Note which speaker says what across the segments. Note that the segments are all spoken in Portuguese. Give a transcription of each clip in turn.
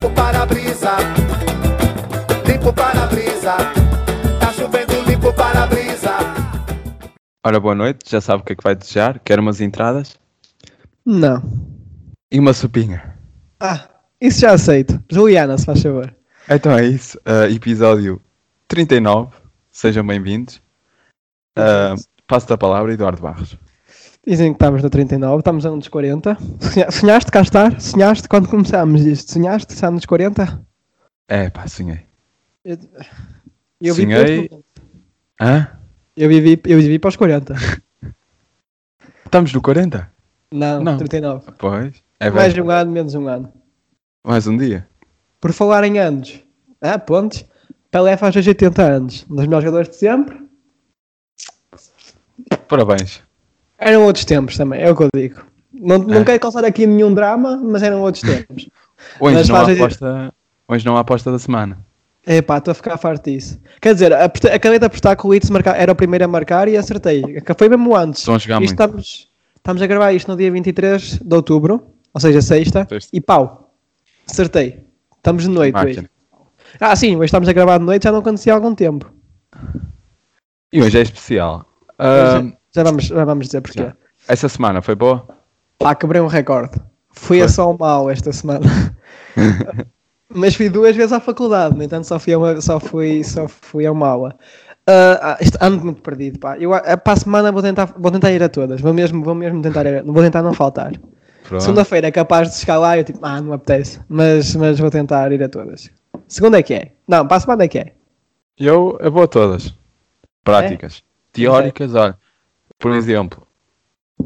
Speaker 1: Tá
Speaker 2: Ora, boa noite, já sabe o que é que vai desejar? Quer umas entradas?
Speaker 3: Não.
Speaker 2: E uma sopinha.
Speaker 3: Ah, isso já aceito. Juliana, se faz favor.
Speaker 2: Então é isso, ah, episódio 39. Sejam bem-vindos. Ah, Passo-te a palavra, Eduardo Barros.
Speaker 3: Dizem que estamos no 39, estamos a um dos 40. Sonha- Sonhaste cá estar? Sonhaste quando começámos isto? Sonhaste estar nos 40?
Speaker 2: É, pá, sonhei.
Speaker 3: Eu, eu
Speaker 2: Sonhei.
Speaker 3: vivi,
Speaker 2: Hã?
Speaker 3: eu, vivi, eu vivi para os 40.
Speaker 2: Estamos no 40?
Speaker 3: Não,
Speaker 2: Não.
Speaker 3: 39.
Speaker 2: Pois. É
Speaker 3: Mais
Speaker 2: verdade.
Speaker 3: um ano, menos um ano.
Speaker 2: Mais um dia.
Speaker 3: Por falar em anos, ah, pontos, Pelé faz hoje 80 anos. Um dos melhores jogadores de sempre.
Speaker 2: Parabéns.
Speaker 3: Eram outros tempos também, é o que eu digo. Não, não
Speaker 2: É.
Speaker 3: quero causar aqui nenhum drama, mas eram outros tempos. Mas
Speaker 2: Hoje não, há
Speaker 3: faz- um
Speaker 2: aposta... Hoje não há aposta da semana.
Speaker 3: Epá, estou a ficar farto disso. Quer dizer, aperte- acabei de apostar que o Leeds marca- era o primeiro a marcar e acertei. Foi mesmo antes.
Speaker 2: Estão a jogar
Speaker 3: E
Speaker 2: muito.
Speaker 3: estamos, estamos a gravar isto no dia 23 de outubro, ou seja, sexta,
Speaker 2: Sexta.
Speaker 3: e pau, acertei. Estamos de noite
Speaker 2: Máquina.
Speaker 3: hoje. Ah, sim, hoje estamos a gravar de noite, já não acontecia há algum tempo.
Speaker 2: E hoje é especial. Ah,
Speaker 3: Já, já vamos, já vamos dizer porquê.
Speaker 2: já. Essa semana foi boa?
Speaker 3: Pá, quebrei um recorde. Fui a
Speaker 2: Foi?
Speaker 3: São Mau esta semana. Mas fui duas vezes à faculdade, no entanto só fui a, uma, só fui, só fui a uma aula. Ah, ah, isto ando muito perdido, pá. Eu, ah, para a semana vou tentar, vou tentar ir a todas, vou mesmo, vou mesmo tentar ir, a- vou tentar não faltar.
Speaker 2: Pronto.
Speaker 3: Segunda-feira é capaz de chegar lá e eu tipo, ah, não me apetece, mas, mas vou tentar ir a todas. Segunda é que é? Não, para a semana é que é?
Speaker 2: Eu, eu vou a todas. Práticas. Teóricas, olha. Por exemplo,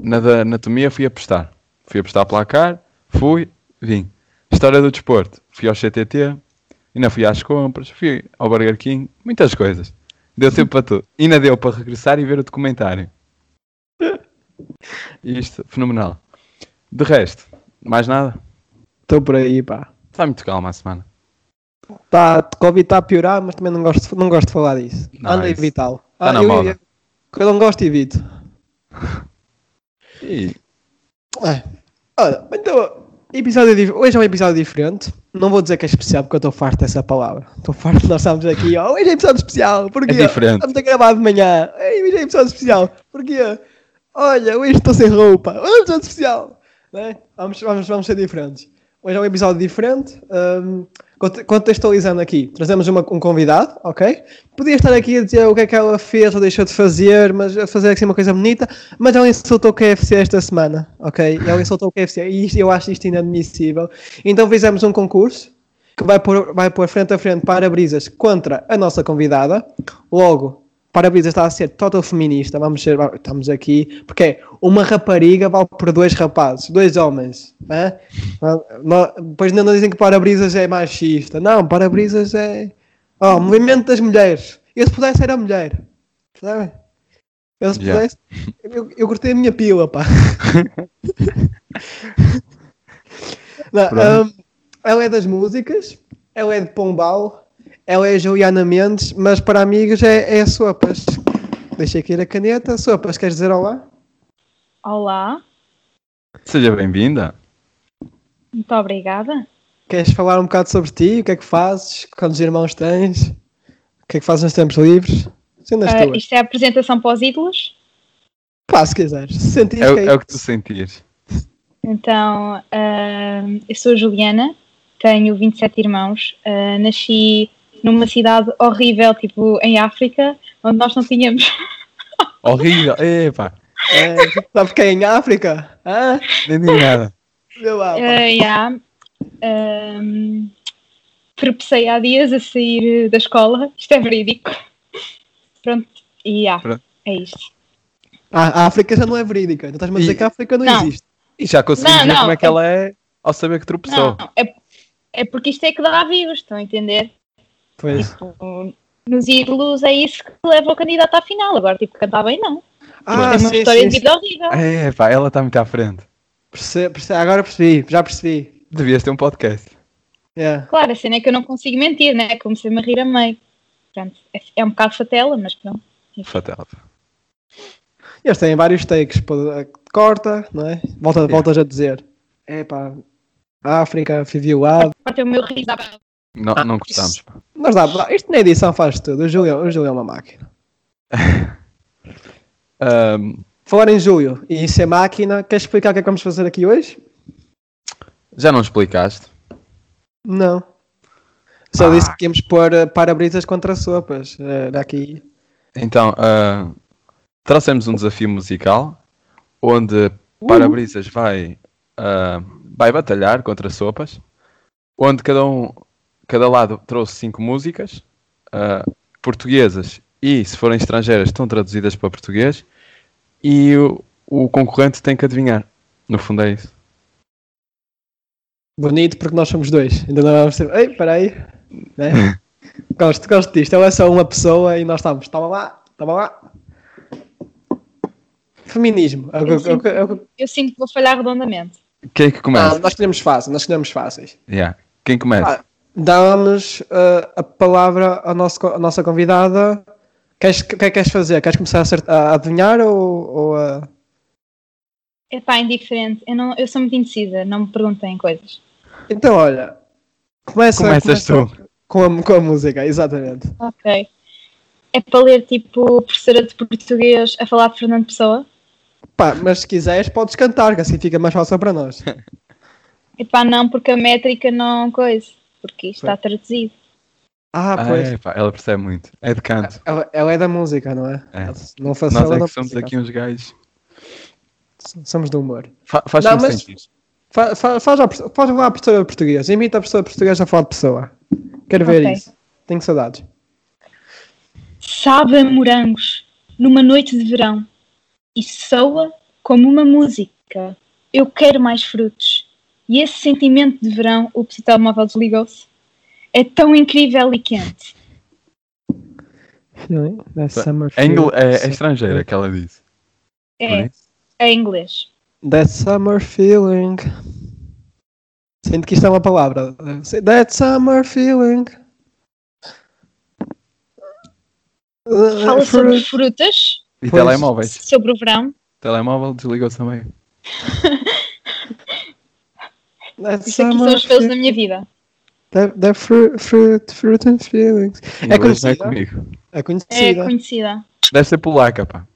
Speaker 2: na da anatomia fui apostar. Fui apostar placar, fui, vim. História do desporto, fui ao CTT, ainda fui às compras, fui ao Burger King, muitas coisas. Deu tempo para tudo. Ainda deu para regressar e ver o documentário. Isto, fenomenal. De resto, mais nada?
Speaker 3: Estou por aí, pá.
Speaker 2: Está muito calma a semana.
Speaker 3: Tá, Covid está a piorar, mas também não gosto, de- não gosto de falar disso.
Speaker 2: Não,
Speaker 3: Anda
Speaker 2: isso-
Speaker 3: evitá-lo.
Speaker 2: tá na
Speaker 3: Ah, eu,
Speaker 2: moda.
Speaker 3: eu- eu não gosto e evito.
Speaker 2: E
Speaker 3: É. Ora, então, episódio dif- hoje é um episódio diferente. Não vou dizer que é especial porque eu estou farto dessa palavra. Estou farto de nós estarmos aqui. ó, hoje é episódio especial. Porquê?
Speaker 2: É diferente.
Speaker 3: Estamos a gravar de manhã. Ei, hoje é episódio especial. Porquê? Olha, hoje estou sem roupa. Hoje é episódio especial. Né? Vamos, vamos, vamos ser diferentes. Hoje é um episódio diferente. hum, conte- contextualizando aqui, trazemos uma- um convidado, ok? Podia estar aqui a dizer o que é que ela fez ou deixou de fazer, mas a fazer assim uma coisa bonita, mas ela insultou o KFC esta semana, ok? Ela insultou o KFC e isto- eu acho isto inadmissível. Então fizemos um concurso que vai pôr, vai pôr frente a frente para-brisas contra a nossa convidada. Logo, para-brisas está a ser total feminista, vamos ser, va- estamos aqui, porque é uma rapariga vale por dois rapazes, dois homens. Né? Não- não- Depois ainda não dizem que para-brisas é machista. Não, para-brisas é. Oh, movimento das mulheres. Eu se pudesse era mulher. Sabe? Eu se
Speaker 2: Yeah.
Speaker 3: pudesse. Eu, eu cortei a minha pila, pá. Não,
Speaker 2: Pronto.
Speaker 3: hum, ela é das músicas, ela é de Pombal, ela é Juliana Mendes, mas para amigos é, é sopas. Deixa aqui ir a caneta. Sopas, queres dizer olá?
Speaker 4: Olá,
Speaker 2: seja bem-vinda.
Speaker 4: muito obrigada.
Speaker 3: Queres falar um bocado sobre ti? O que é que fazes? Quantos irmãos tens? O que é que fazes nos tempos livres? Sendo as
Speaker 4: Ah,
Speaker 3: tuas.
Speaker 4: isto é a apresentação para os ídolos.
Speaker 3: Pá, se quiseres. Se sentires
Speaker 2: É, o-
Speaker 3: que é
Speaker 2: é o que tu
Speaker 3: isso.
Speaker 2: sentires.
Speaker 4: Então, ah, eu sou a Juliana, tenho 27 irmãos, ah, nasci numa cidade horrível, tipo em África, onde nós não tínhamos.
Speaker 2: Horrível. Epá,
Speaker 3: É, sabe que é em África? Hã?
Speaker 2: nem digo nada.
Speaker 3: Vê lá,
Speaker 4: Ah,
Speaker 3: pá.
Speaker 4: yeah. Ahm, tropecei há dias a sair da escola, isto é verídico. Pronto, e yeah,
Speaker 2: Pronto.
Speaker 4: é isto.
Speaker 3: Ah, a África já não é verídica. Então estás-me a dizer
Speaker 2: E-
Speaker 3: que a África não,
Speaker 4: Não.
Speaker 3: existe.
Speaker 2: E já conseguimos
Speaker 4: Não,
Speaker 2: ver
Speaker 4: não,
Speaker 2: como é que
Speaker 4: é-
Speaker 2: ela é ao saber que tropeçou.
Speaker 4: Não, é, é porque isto é que dá views, estão a entender?
Speaker 3: Pois.
Speaker 4: Tipo, nos ídolos é isso que leva o candidato à final. Agora, tipo, cantar bem não.
Speaker 3: Ah,
Speaker 4: é uma
Speaker 3: sim,
Speaker 4: história
Speaker 3: sim,
Speaker 4: de
Speaker 3: sim.
Speaker 4: vida horrível.
Speaker 2: É, pá, ela está muito à frente.
Speaker 3: Perce- perce- Agora percebi. Já percebi.
Speaker 2: Devias ter um podcast.
Speaker 3: Yeah.
Speaker 4: Claro, a cena é que eu não consigo mentir, né? Comecei-me a rir a meio. Pronto, é, é um bocado fatela, mas pronto.
Speaker 2: Fatal.
Speaker 3: Eles têm vários takes. pô, Corta, não é? Volta, Voltas a dizer. É pá, a África fui violado.
Speaker 4: Até o meu riso dá para-
Speaker 2: Não,
Speaker 3: Ah,
Speaker 2: não
Speaker 3: isso-
Speaker 2: gostamos. pá.
Speaker 3: Mas dá, dá. isto na edição faz tudo. O Júlio, o Júlio é uma máquina.
Speaker 2: Ahm,
Speaker 3: Falar em julho e isso é máquina, queres explicar o que é que vamos fazer aqui hoje?
Speaker 2: já não explicaste?
Speaker 3: Não. Só
Speaker 2: Ah.
Speaker 3: disse que íamos pôr eh, para-brisas contra sopas. eh, daqui.
Speaker 2: Então, ah, trouxemos um desafio musical onde Uhum. Parabrisas vai, ah, vai batalhar contra sopas, onde cada um, cada lado trouxe cinco músicas ah, portuguesas e, se forem estrangeiras, estão traduzidas para português e o, o concorrente tem que adivinhar. No fundo é isso.
Speaker 3: Bonito porque nós somos dois. Ainda não vamos ter. Ei, peraí. Né? gosto, gosto disto. Ela é só uma pessoa e nós estamos. Toma lá, toma lá. Feminismo. É o que- é o que- é o que-
Speaker 4: Eu sinto que vou falhar redondamente.
Speaker 2: Quem é que
Speaker 3: Ah,
Speaker 2: começa?
Speaker 3: nós escolhemos fácil, nós escolhemos fáceis.
Speaker 2: Yeah. Quem começa?
Speaker 3: Ah, Damos eh, a palavra ao nosso co- à nossa convidada. Queres, o que é que queres fazer? Queres começar a, acert- a adivinhar ou, ou a.
Speaker 4: Epá, É indiferente. Eu, não, eu sou muito indecisa, não me perguntem coisas.
Speaker 3: Então, olha. Começa,
Speaker 2: Começas
Speaker 3: começa
Speaker 2: tu.
Speaker 3: Com a, com a música, exatamente.
Speaker 4: Ok. É para ler, tipo, professora de português a falar de Fernando Pessoa?
Speaker 3: Pá, mas se quiseres, podes cantar, que assim fica mais fácil para nós.
Speaker 4: Epá, É não, porque a métrica não coisa. Porque isto está traduzido.
Speaker 3: Ah,
Speaker 2: Ah,
Speaker 3: pois.
Speaker 2: epá, ela percebe muito. É de canto.
Speaker 3: Ela, ela é da música, não é?
Speaker 2: É.
Speaker 3: Se Não faço
Speaker 2: Nós
Speaker 3: ela
Speaker 2: é
Speaker 3: da
Speaker 2: que somos
Speaker 3: música.
Speaker 2: aqui um- uns gajos.
Speaker 3: Somos do humor.
Speaker 2: Fa- Faz
Speaker 3: Não,
Speaker 2: como
Speaker 3: mas-
Speaker 2: sentido.
Speaker 3: Fa, fa, faz, a, pers- faz lá a professora portuguesa. Imita a professora portuguesa a falar de pessoa. Quero ver
Speaker 4: Ok.
Speaker 3: isso. Tenho saudades.
Speaker 4: Sabe a morangos numa noite de verão e soa como uma música. Eu quero mais frutos. E esse sentimento de verão, o telemóvel desligou-se, é tão incrível e quente.
Speaker 3: Não é? That summer
Speaker 2: É,
Speaker 3: feel.
Speaker 2: ingl- é- é estrangeira que ela disse.
Speaker 4: É, é inglês.
Speaker 3: That summer feeling. Sinto que isto é uma palavra. That summer feeling. Uh,
Speaker 4: Fala sobre
Speaker 3: fruit.
Speaker 4: frutas,
Speaker 2: E
Speaker 3: Pois.
Speaker 2: telemóveis.
Speaker 4: sobre o verão.
Speaker 2: Telemóvel desligou-se também.
Speaker 3: That
Speaker 4: Isso aqui são
Speaker 3: summer
Speaker 4: os pelos
Speaker 3: feel-
Speaker 4: da minha vida.
Speaker 3: Da, da fruit, fruit, fruit and feelings. É
Speaker 2: Inglês não
Speaker 3: conhecida?
Speaker 2: comigo.
Speaker 3: É
Speaker 4: É
Speaker 3: conhecida.
Speaker 4: conhecida.
Speaker 2: Deve ser polaca, pá.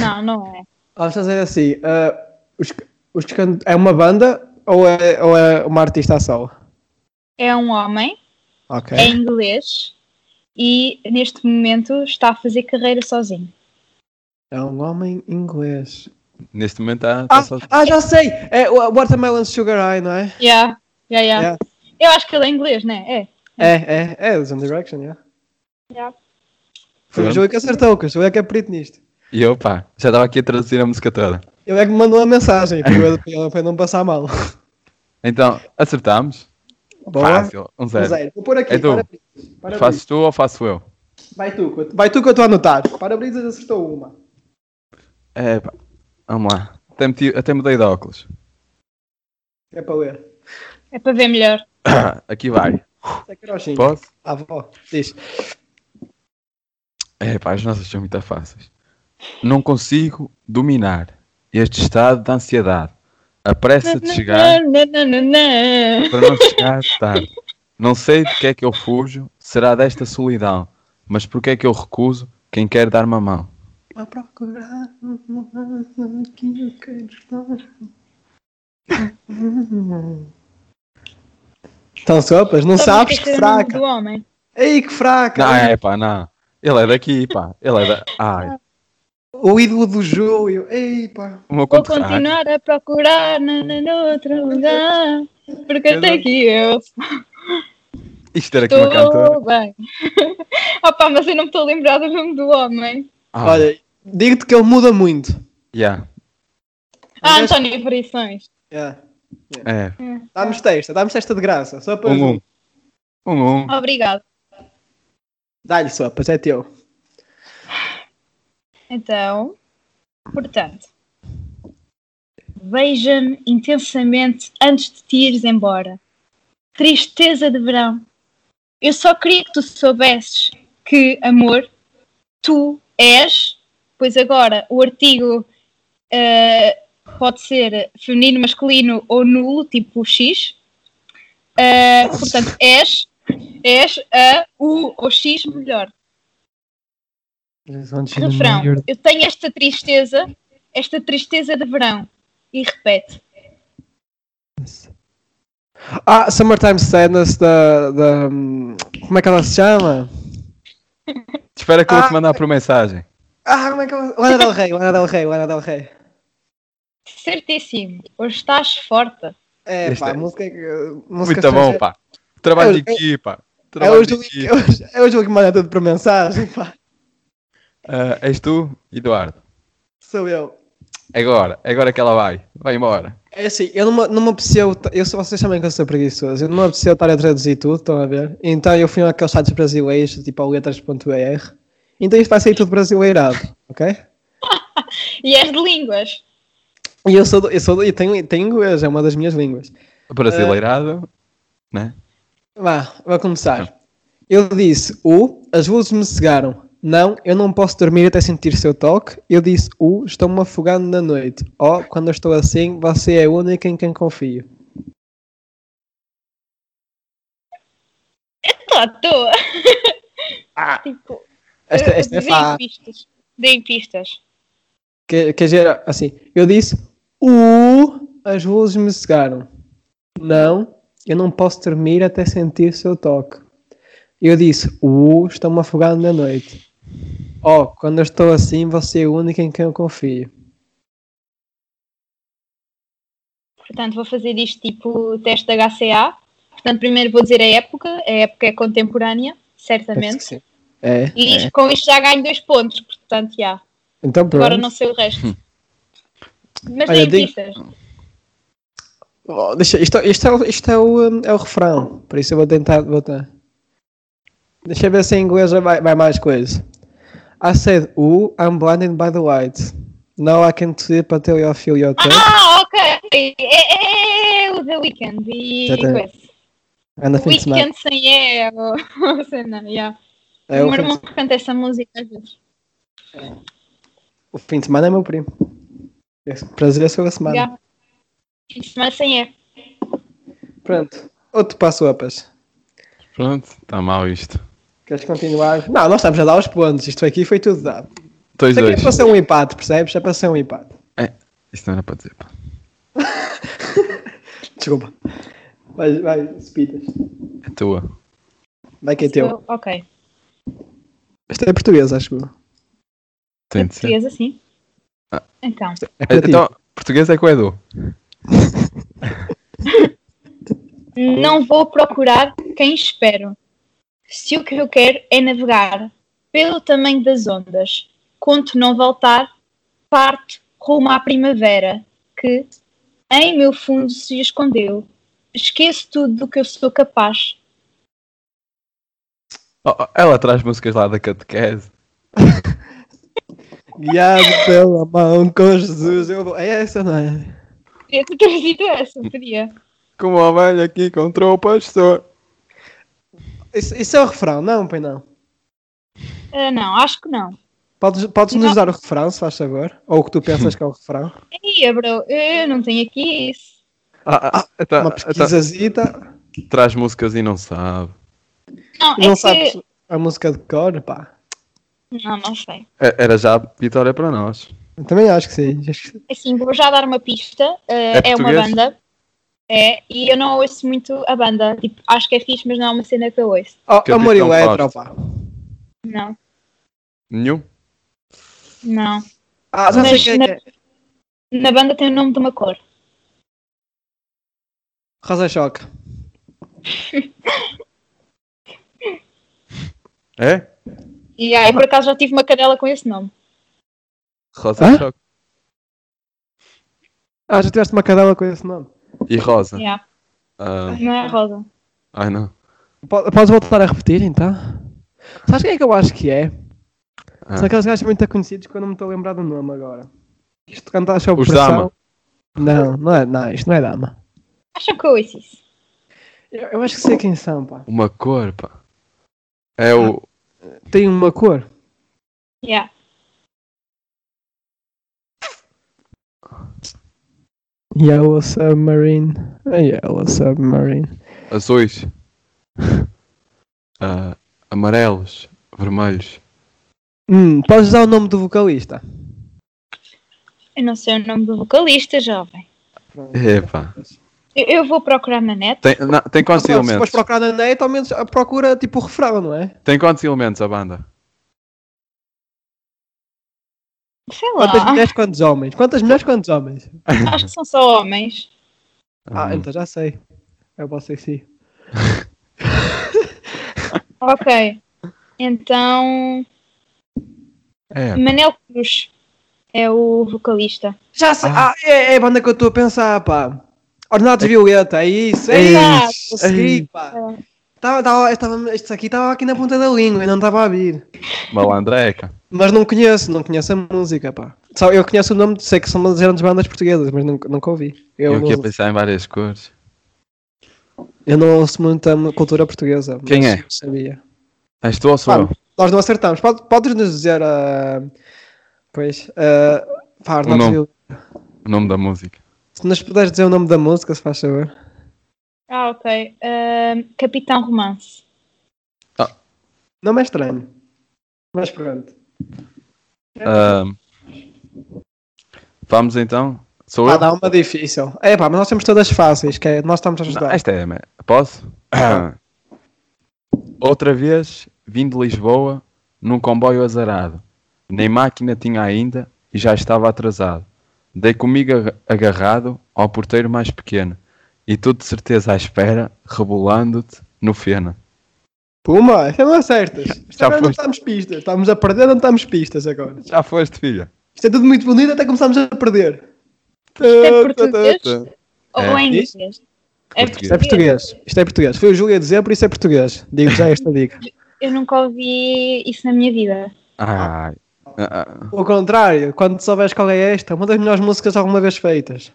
Speaker 4: Não, não é.
Speaker 3: Vamos fazer assim. ah, os, os can- é uma banda ou é, ou é uma artista a solo?
Speaker 4: É um homem,
Speaker 3: Ok.
Speaker 4: é inglês e neste momento está a fazer carreira sozinho.
Speaker 3: É um homem inglês.
Speaker 2: Neste momento está
Speaker 3: Ah,
Speaker 2: só.
Speaker 3: ah, já sei! É o- Watermelon Sugar Eye, não é?
Speaker 4: Yeah, yeah, yeah.
Speaker 3: Yeah.
Speaker 4: Eu acho que ele é inglês, não é? É.
Speaker 3: É, é, é, Zone Direction, yeah.
Speaker 4: Yeah.
Speaker 3: Foi o
Speaker 2: Pronto.
Speaker 3: Júlio que acertou, que o Júlio é que é perito nisto.
Speaker 2: E eu, pá, já estava aqui a traduzir a música toda.
Speaker 3: Ele é que me mandou a mensagem para eu- para eu- para eu não passar mal.
Speaker 2: Então, acertámos.
Speaker 3: Boa.
Speaker 2: Fácil, um zero.
Speaker 3: Zero. Vou pôr aqui.
Speaker 2: É tu.
Speaker 3: parabéns, parabéns.
Speaker 2: Fazes tu ou faço eu?
Speaker 3: Vai tu, que eu- vai tu que eu estou a anotar. Parabrisas acertou uma.
Speaker 2: É, pá. Vamos lá. Até, meti, até mudei de óculos.
Speaker 3: É para ler.
Speaker 4: É para ver melhor.
Speaker 2: Aqui vai.
Speaker 3: Isso é carochinho.
Speaker 2: Posso?
Speaker 3: Ah, vó. Diz.
Speaker 2: É, pá, as nossas são muito fáceis. Não consigo dominar este estado de ansiedade. A pressa de chegar
Speaker 4: Não, não, não, não.
Speaker 2: para não chegar tarde. tá. Não sei de que é que eu fujo, será desta solidão, mas porque é que eu recuso quem quer dar-me a mão?
Speaker 3: Vou procurar um lado que eu quero estar. Estão sopas? Não
Speaker 4: Sabe
Speaker 3: sabes
Speaker 4: porque é
Speaker 3: Tá que
Speaker 4: era o nome
Speaker 3: fraca.
Speaker 4: Do homem.
Speaker 3: Ei, que fraca.
Speaker 2: Não, é pá, não. Ele é daqui, pá. Ele é da. Ai,
Speaker 3: O ídolo do Júlio. Ei, pá.
Speaker 2: o meu
Speaker 4: Vou
Speaker 2: contrário.
Speaker 4: continuar a procurar na, na, noutro lugar. Porque até aqui eu
Speaker 2: Isto era aqui uma cantora.
Speaker 4: estou bem. Opa, mas eu não me estou a lembrar do nome do homem.
Speaker 2: Ah,
Speaker 3: Olha, digo-te que ele muda muito.
Speaker 2: yeah,
Speaker 4: Ah,
Speaker 3: Mas-
Speaker 4: António Variações.
Speaker 3: Yeah.
Speaker 2: é.
Speaker 3: Dá-me testa, dá-me testa de graça. Só para.
Speaker 2: Um, um. Um, um.
Speaker 4: Obrigado.
Speaker 3: Dá-lhe sopas, é teu.
Speaker 4: Então, portanto, veja-me intensamente antes de te ires embora. Tristeza de verão. Eu só queria que tu soubesses que, amor, tu és, pois agora o artigo eh, pode ser feminino, masculino ou nulo, tipo X. Eh, portanto, és, és a, o ou X melhor. Refrão. Eu tenho esta tristeza, esta tristeza de verão. E repete.
Speaker 3: Ah, Summertime Sadness da, da. hum, Como é que ela se chama?
Speaker 2: Espera que eu vou te
Speaker 3: Ah.
Speaker 2: mandar por mensagem.
Speaker 3: Ah, como é que ela. Lana Del Rey, Lana Del Rey, Lana Del Rey.
Speaker 4: Certíssimo. Hoje estás forte.
Speaker 3: É,
Speaker 2: Este
Speaker 3: pá,
Speaker 2: é-
Speaker 3: música. eh, música
Speaker 2: Muito bom,
Speaker 3: estrangeira.
Speaker 2: pá. Trabalho de
Speaker 3: É- é-
Speaker 2: equipa.
Speaker 3: É
Speaker 2: Trabalho
Speaker 3: hoje,
Speaker 2: de
Speaker 3: o Júlio- é,
Speaker 2: equipa.
Speaker 3: hoje, é o Júlio que manda tudo por mensagem, pá.
Speaker 2: Ah, és tu, Eduardo.
Speaker 3: Sou eu.
Speaker 2: Agora, agora que ela vai. Vai embora.
Speaker 3: É assim, eu não, me- não me apeteceu. Eu, se vocês sabem que eu sou preguiçoso, eu não me apeteceu estar a traduzir tudo, estão a ver? Então eu fui àqueles sites brasileiros, tipo ao letras.br. Então isto vai sair tudo brasileirado, ok?
Speaker 4: E és de línguas.
Speaker 3: E eu sou, do- eu sou do- e tenho, tenho inglês, é uma das minhas línguas.
Speaker 2: Brasileirado, né?
Speaker 3: Vá, vou começar. Eu disse U, as luzes me cegaram. Não, eu não posso dormir até sentir seu toque. Eu disse U, estou-me afogando na noite. Oh, quando eu estou assim, você é a única em quem confio.
Speaker 4: Estou à toa.
Speaker 3: Ah,
Speaker 4: Tipo,
Speaker 3: esta, esta é
Speaker 4: deem
Speaker 3: fácil.
Speaker 4: pistas. Deem pistas.
Speaker 3: Quer, quer dizer, assim, eu disse U, as luzes me cegaram. Não, eu não posso dormir até sentir seu toque. Eu disse U, estou-me afogando na noite. Oh, quando eu estou assim, você é a única em quem eu confio.
Speaker 4: Portanto, vou fazer isto tipo teste da HCA. Portanto, primeiro vou dizer a época. A época é contemporânea, certamente.
Speaker 3: Penso que sim. É,
Speaker 4: E
Speaker 3: é.
Speaker 4: isto- com isto já ganho dois pontos. Portanto, já.
Speaker 3: Então pronto.
Speaker 4: Agora não sei o resto. Mas
Speaker 3: Olha, digo-
Speaker 4: deem pistas.
Speaker 3: Oh, deixa, isto, isto, é, o- isto é, o, hum, é o refrão, por isso eu vou tentar botar. Deixa eu ver se em inglês já vai, vai mais coisa. I said, ooh, I'm blinded by the light. Now I can't sleep until you feel your touch.
Speaker 4: Ah, ok. É, é- é o The Weeknd. E
Speaker 3: Já tem-
Speaker 4: coisa.
Speaker 3: É no fim de semana.
Speaker 4: Weekend sem é. ou- Sei não, já.
Speaker 3: É
Speaker 4: o
Speaker 3: o
Speaker 4: meu
Speaker 3: fim de,
Speaker 4: irmão canta essa música às vezes.
Speaker 3: o fim de semana é meu primo. Esse Prazer é sobre a semana.
Speaker 4: Já. Mas sem é.
Speaker 3: Pronto. Outro passo upas.
Speaker 2: Pronto, está mal isto.
Speaker 3: Queres continuar? Não, nós estamos a dar os pontos. Isto aqui foi tudo dado. Isto aqui é para
Speaker 2: 2-2.
Speaker 3: ser um empate, percebes? É para ser um empate.
Speaker 2: Isto não era para dizer, pá.
Speaker 3: Desculpa. Vai, vai, Spitas.
Speaker 2: É tua.
Speaker 3: Vai que é teu.
Speaker 4: Eu- Ok.
Speaker 3: Isto é português, acho eu.
Speaker 2: Tem de ser. Ah.
Speaker 4: Português assim. Então,
Speaker 3: É para ti.
Speaker 2: Então, português é com o Edu.
Speaker 4: não vou procurar quem espero. Se o que eu quero é navegar pelo tamanho das ondas, conto não voltar, parto rumo à primavera que em meu fundo se escondeu. Esqueço tudo do que eu sou capaz.
Speaker 2: Oh, oh, ela traz músicas lá da catequese.
Speaker 3: Guiado pela mão com Jesus. Eu vou... É essa, não é?
Speaker 4: Podia tu teres dito essa, podia.
Speaker 2: Como a ovelha que encontrou o pastor.
Speaker 3: Isso, isso é o refrão, não, pois não.
Speaker 4: Ah, não, acho que não.
Speaker 3: Podes, podes
Speaker 4: Não.
Speaker 3: nos dar o refrão, se faz favor? Ou o que tu pensas que é o refrão?
Speaker 4: Ia, bro, eu não tenho aqui isso.
Speaker 2: Ah, ah, então-
Speaker 3: Uma pesquisazita.
Speaker 4: É
Speaker 2: então, traz músicas e não sabe.
Speaker 4: Não,
Speaker 3: Não
Speaker 4: é
Speaker 3: sabes
Speaker 4: que...
Speaker 3: a música de cor, pá.
Speaker 4: Não, não sei.
Speaker 2: É- Era já vitória para nós.
Speaker 3: Eu também acho que sim. Acho que-
Speaker 4: Assim, vou já dar uma pista. uh, é, uma
Speaker 2: português?
Speaker 4: banda. É, e eu não ouço muito a banda. Tipo, acho que é fixe, mas não é uma cena que é um eu ouço.
Speaker 3: Oh,
Speaker 2: Capitão
Speaker 3: amor eletro,
Speaker 2: Fausto.
Speaker 3: pá.
Speaker 4: Não,
Speaker 2: Nenhum?
Speaker 4: não.
Speaker 3: Ah, já sei
Speaker 4: Mas
Speaker 3: quem
Speaker 4: na-
Speaker 3: é. que é.
Speaker 4: Na banda tem o nome de uma cor.
Speaker 3: Rosa Choque.
Speaker 2: É?
Speaker 4: E aí, por acaso, já tive uma cadela com esse nome.
Speaker 2: Rosa
Speaker 3: Hã?
Speaker 2: Choque.
Speaker 3: Ah, já tiveste uma cadela com esse nome.
Speaker 2: E Rosa.
Speaker 4: Yeah.
Speaker 2: Ah,
Speaker 4: Não é rosa.
Speaker 2: ai não.
Speaker 3: Po- Podes voltar a repetir, então? Sabes quem é que eu acho que é?
Speaker 2: Ah.
Speaker 3: São aqueles gajos muito conhecidos que eu não me estou a lembrar do nome agora. Isto cantar sobre
Speaker 2: Os
Speaker 3: pressão.
Speaker 2: Dama.
Speaker 3: Não, não é, não, isto não é dama.
Speaker 4: Acham que eu ouço isso?
Speaker 3: Eu, eu acho que sei quem são, pá.
Speaker 2: Uma cor, pá. É o.
Speaker 3: Tem uma cor.
Speaker 4: Yeah.
Speaker 3: Yellow Submarine. A Yellow Submarine.
Speaker 2: Azuis. Ah, amarelos. Vermelhos.
Speaker 3: Hum, podes dar o nome do vocalista?
Speaker 4: Eu não sei o nome do vocalista, jovem.
Speaker 2: Epá.
Speaker 4: Eu, eu vou procurar na net.
Speaker 2: Tem, não, tem quantos
Speaker 3: Claro, se
Speaker 2: elementos?
Speaker 3: fores procurar na net, ao menos ah, procura tipo o refrão, não é?
Speaker 2: Tem quantos elementos a banda?
Speaker 4: Sei lá.
Speaker 3: Quantas mulheres, quantos homens? Quantas mulheres, quantos homens?
Speaker 4: Acho que são só homens.
Speaker 3: Ah,
Speaker 2: Hum.
Speaker 3: então já sei. É o Bossa si.
Speaker 4: Ok. Então.
Speaker 2: É,
Speaker 4: Manel Cruz é o vocalista.
Speaker 3: Já sei. Ah, é, é a banda que eu estou a pensar, pá. Ornados Violeta, é isso. É
Speaker 2: Ei,
Speaker 4: Exato.
Speaker 3: isso. Consegui, pá. Tava, tava, estava, isto aqui estava aqui na ponta da língua e não estava a vir.
Speaker 2: malandreca.
Speaker 3: Mas não conheço, não conheço a música, pá. Só, eu conheço o nome, sei que são umas grandes bandas portuguesas, mas nunca, nunca ouvi. Eu,
Speaker 2: Eu,
Speaker 3: não,
Speaker 2: aqui a pensar em várias cores.
Speaker 3: eu não ouço muita cultura portuguesa. mas
Speaker 2: Quem é?
Speaker 3: eu Sabia.
Speaker 2: És tu ou sou
Speaker 3: Pá,
Speaker 2: Ah, eu?
Speaker 3: nós não acertamos. Pode- Podes nos dizer. ah, pois. ah, pá, Arnaldo
Speaker 2: nome.
Speaker 3: Violeta.
Speaker 2: o nome da música?
Speaker 3: Se nos puderes dizer o nome da música, se faz favor.
Speaker 4: Ah, ok. Ahm, Capitão Romance.
Speaker 3: Não me é estranho. Mas pronto.
Speaker 2: Ahm, vamos então. Sou
Speaker 3: Pá,
Speaker 2: eu?
Speaker 3: dá uma difícil. É pá, mas nós temos todas fáceis, que é, nós estamos a
Speaker 2: Não,
Speaker 3: ajudar.
Speaker 2: esta é. me- Posso? Outra vez vim de Lisboa num comboio azarado. Nem máquina tinha ainda e já estava atrasado. Dei comigo aga- agarrado ao porteiro mais pequeno e tu de certeza à espera, rebolando-te no feno.
Speaker 3: Puma, isso não acertas. Isto
Speaker 2: Já
Speaker 3: agora não
Speaker 2: foste.
Speaker 3: estamos pistas. Estamos a perder, não estamos pistas agora.
Speaker 2: Já foste, filha.
Speaker 3: Isto é tudo muito bonito até começamos a perder.
Speaker 4: É português? Ou
Speaker 2: É.
Speaker 4: em inglês? É
Speaker 2: Português.
Speaker 3: Isto é português. Isto é português. Foi o Júlio a dizer, por isso é português. Digo já esta dica.
Speaker 4: Eu nunca ouvi isso na minha vida.
Speaker 2: Ai. Ah, ah.
Speaker 3: Ao contrário, quando souberes qual é esta, uma das melhores músicas alguma vez feitas.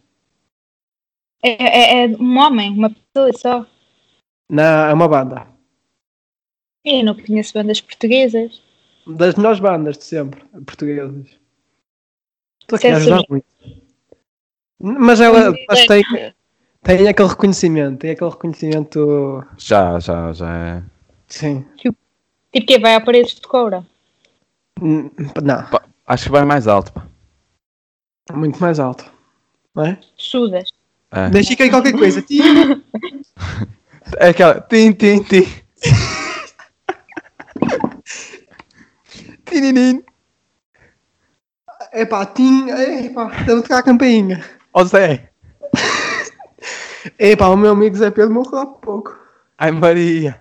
Speaker 4: É, é- é um homem, uma pessoa só.
Speaker 3: Na, é uma banda.
Speaker 4: Eu não conheço bandas portuguesas.
Speaker 3: Das melhores bandas de sempre, portuguesas. Estou aqui a
Speaker 4: Certo,
Speaker 3: ajudar
Speaker 4: sim.
Speaker 3: muito. Mas ela
Speaker 4: Sim,
Speaker 3: mas
Speaker 4: sim.
Speaker 3: tem, tem aquele reconhecimento, tem aquele reconhecimento.
Speaker 2: Já, já, já é.
Speaker 3: Sim.
Speaker 4: Tipo que vai a paredes de coura.
Speaker 3: Hum, Não,
Speaker 2: Acho que vai mais alto. pá.
Speaker 3: muito mais alto. Não é?
Speaker 4: Sudas.
Speaker 2: É.
Speaker 3: Deixa cair qualquer coisa. Tipo,
Speaker 2: É aquela. Tim, tim, tim.
Speaker 3: tiririm. Epá, tim, epá, deve tocar a campainha.
Speaker 2: Ou Zé.
Speaker 3: Epá, o meu amigo Zé Pedro morreu há pouco.
Speaker 2: Ai, Maria.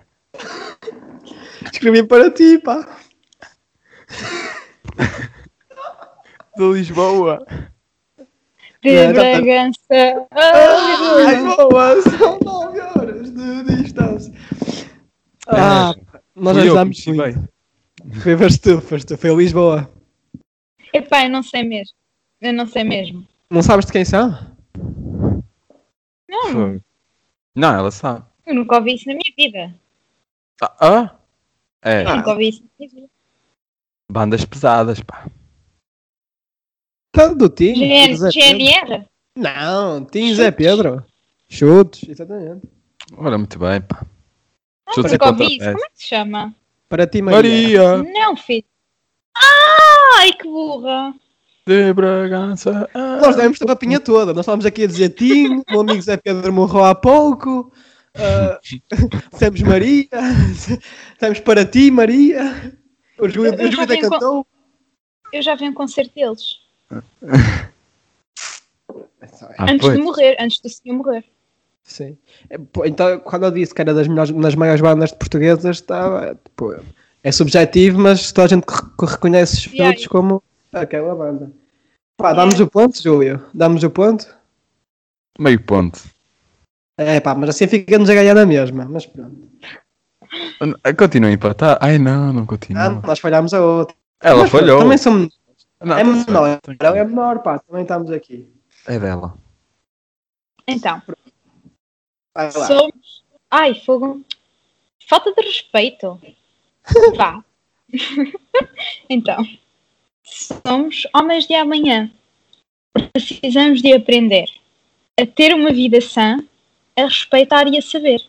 Speaker 3: Escrevi para ti, pá.
Speaker 2: De Lisboa.
Speaker 4: De
Speaker 2: É,
Speaker 3: Não, já tá-
Speaker 4: Bragança. Ah,
Speaker 3: Ai, boa, são 9 horas de distância. Ah, nós
Speaker 2: É, Fui eu que
Speaker 3: ajudámos
Speaker 2: me
Speaker 3: muito.
Speaker 2: tivei.
Speaker 3: Foi, foste tu, foste tu, foi a Lisboa.
Speaker 4: Epá, eu não sei mesmo. Eu não sei mesmo.
Speaker 3: Não sabes de quem são?
Speaker 4: Não,
Speaker 2: Não, ela sabe.
Speaker 4: eu nunca ouvi isso na minha vida.
Speaker 2: Ah, ah? É,
Speaker 4: Eu Nunca ouvi isso na minha vida.
Speaker 2: Ah. bandas pesadas, pá.
Speaker 3: Tanto do Tim.
Speaker 4: GN,
Speaker 2: é
Speaker 3: do Zé Pedro.
Speaker 4: GNR?
Speaker 3: Não, Tim Zé Pedro. Chutes, exatamente.
Speaker 2: Olha, muito bem, pá.
Speaker 4: Não,
Speaker 2: Chutes e
Speaker 4: nunca ouvi isso.
Speaker 2: pontapés.
Speaker 4: Ah, Como é que se chama?
Speaker 3: Para ti, Maria.
Speaker 2: Maria
Speaker 4: Não, filho. Ai, que burra.
Speaker 2: de Bragança. ah.
Speaker 3: Nós demos a papinha toda. Nós estávamos aqui a dizer Tim, o meu amigo Zé Pedro morreu há pouco. ah, Dissemos Maria. Dissemos para ti, Maria. O Júlio, É
Speaker 4: Eu
Speaker 3: o
Speaker 4: já
Speaker 3: Júlio até
Speaker 4: tenho con-
Speaker 3: cantou.
Speaker 4: Eu já vi um concerto deles.
Speaker 2: Ah,
Speaker 4: antes
Speaker 2: pois.
Speaker 4: de morrer, antes do senhor morrer.
Speaker 3: Sim. É, pô, Então, quando eu disse que era das, melhores, das maiores bandas de portuguesas, estava. pô, é subjetivo, mas toda a gente que re- que reconhece os
Speaker 4: Yeah.
Speaker 3: frutos como aquela banda. Pá, damos o ponto, Júlio. Damos o ponto.
Speaker 2: Meio ponto.
Speaker 3: É pá, mas assim ficamos a ganhar na mesma. Mas pronto.
Speaker 2: Ah, Continua a empatar. Ai, não, não continua.
Speaker 3: Ah, nós falhámos a outra.
Speaker 2: Ela
Speaker 3: Ah, Mas pronto,
Speaker 2: falhou.
Speaker 3: Também são,
Speaker 2: Não, tá
Speaker 3: é menor.
Speaker 2: certo,
Speaker 3: Não, é
Speaker 2: tranquilo.
Speaker 3: menor, pá. Também estamos aqui.
Speaker 2: É dela.
Speaker 4: Então,
Speaker 3: Vai lá.
Speaker 4: somos. Ai, fogo. Falta de respeito. Vá. então, somos homens de amanhã. Precisamos de aprender a ter uma vida sã, a respeitar e a saber.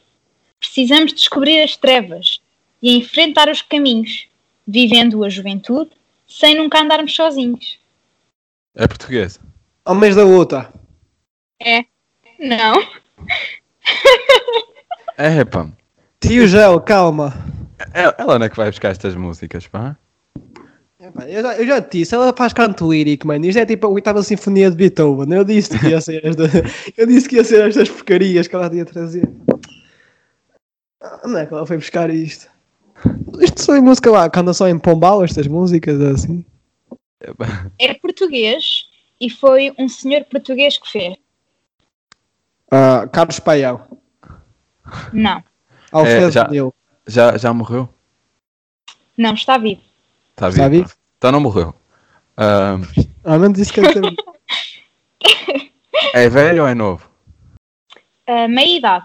Speaker 4: Precisamos descobrir as trevas e enfrentar os caminhos, vivendo a juventude sem nunca andarmos sozinhos.
Speaker 2: É português.
Speaker 3: Ao mês da outra.
Speaker 4: Não.
Speaker 2: É, pá.
Speaker 3: Tio Gel, calma.
Speaker 2: Ela ela não é que vai buscar estas músicas, pá.
Speaker 3: Epá, É, Eu já, eu já te disse, ela faz canto lírico, mano. Isto é tipo a oitava sinfonia de Beethoven. Eu disse que ia ser esta, eu disse que ia ser estas porcarias que ela ia trazer. Ah, Onde é que ela foi buscar isto? Isto só é música lá, canta só em Pombal, estas músicas assim.
Speaker 4: É português e foi um senhor português que fez.
Speaker 3: Ah, Carlos Paião,
Speaker 4: Não,
Speaker 3: Alfredo
Speaker 2: É, já-
Speaker 3: Deu.
Speaker 2: Já, já morreu?
Speaker 4: não, está vivo.
Speaker 2: Está vivo.
Speaker 3: Está vivo?
Speaker 2: pá. Então não morreu. Ah,
Speaker 3: Ah, não disse que era teu-
Speaker 2: é velho ou é novo?
Speaker 4: A meia idade.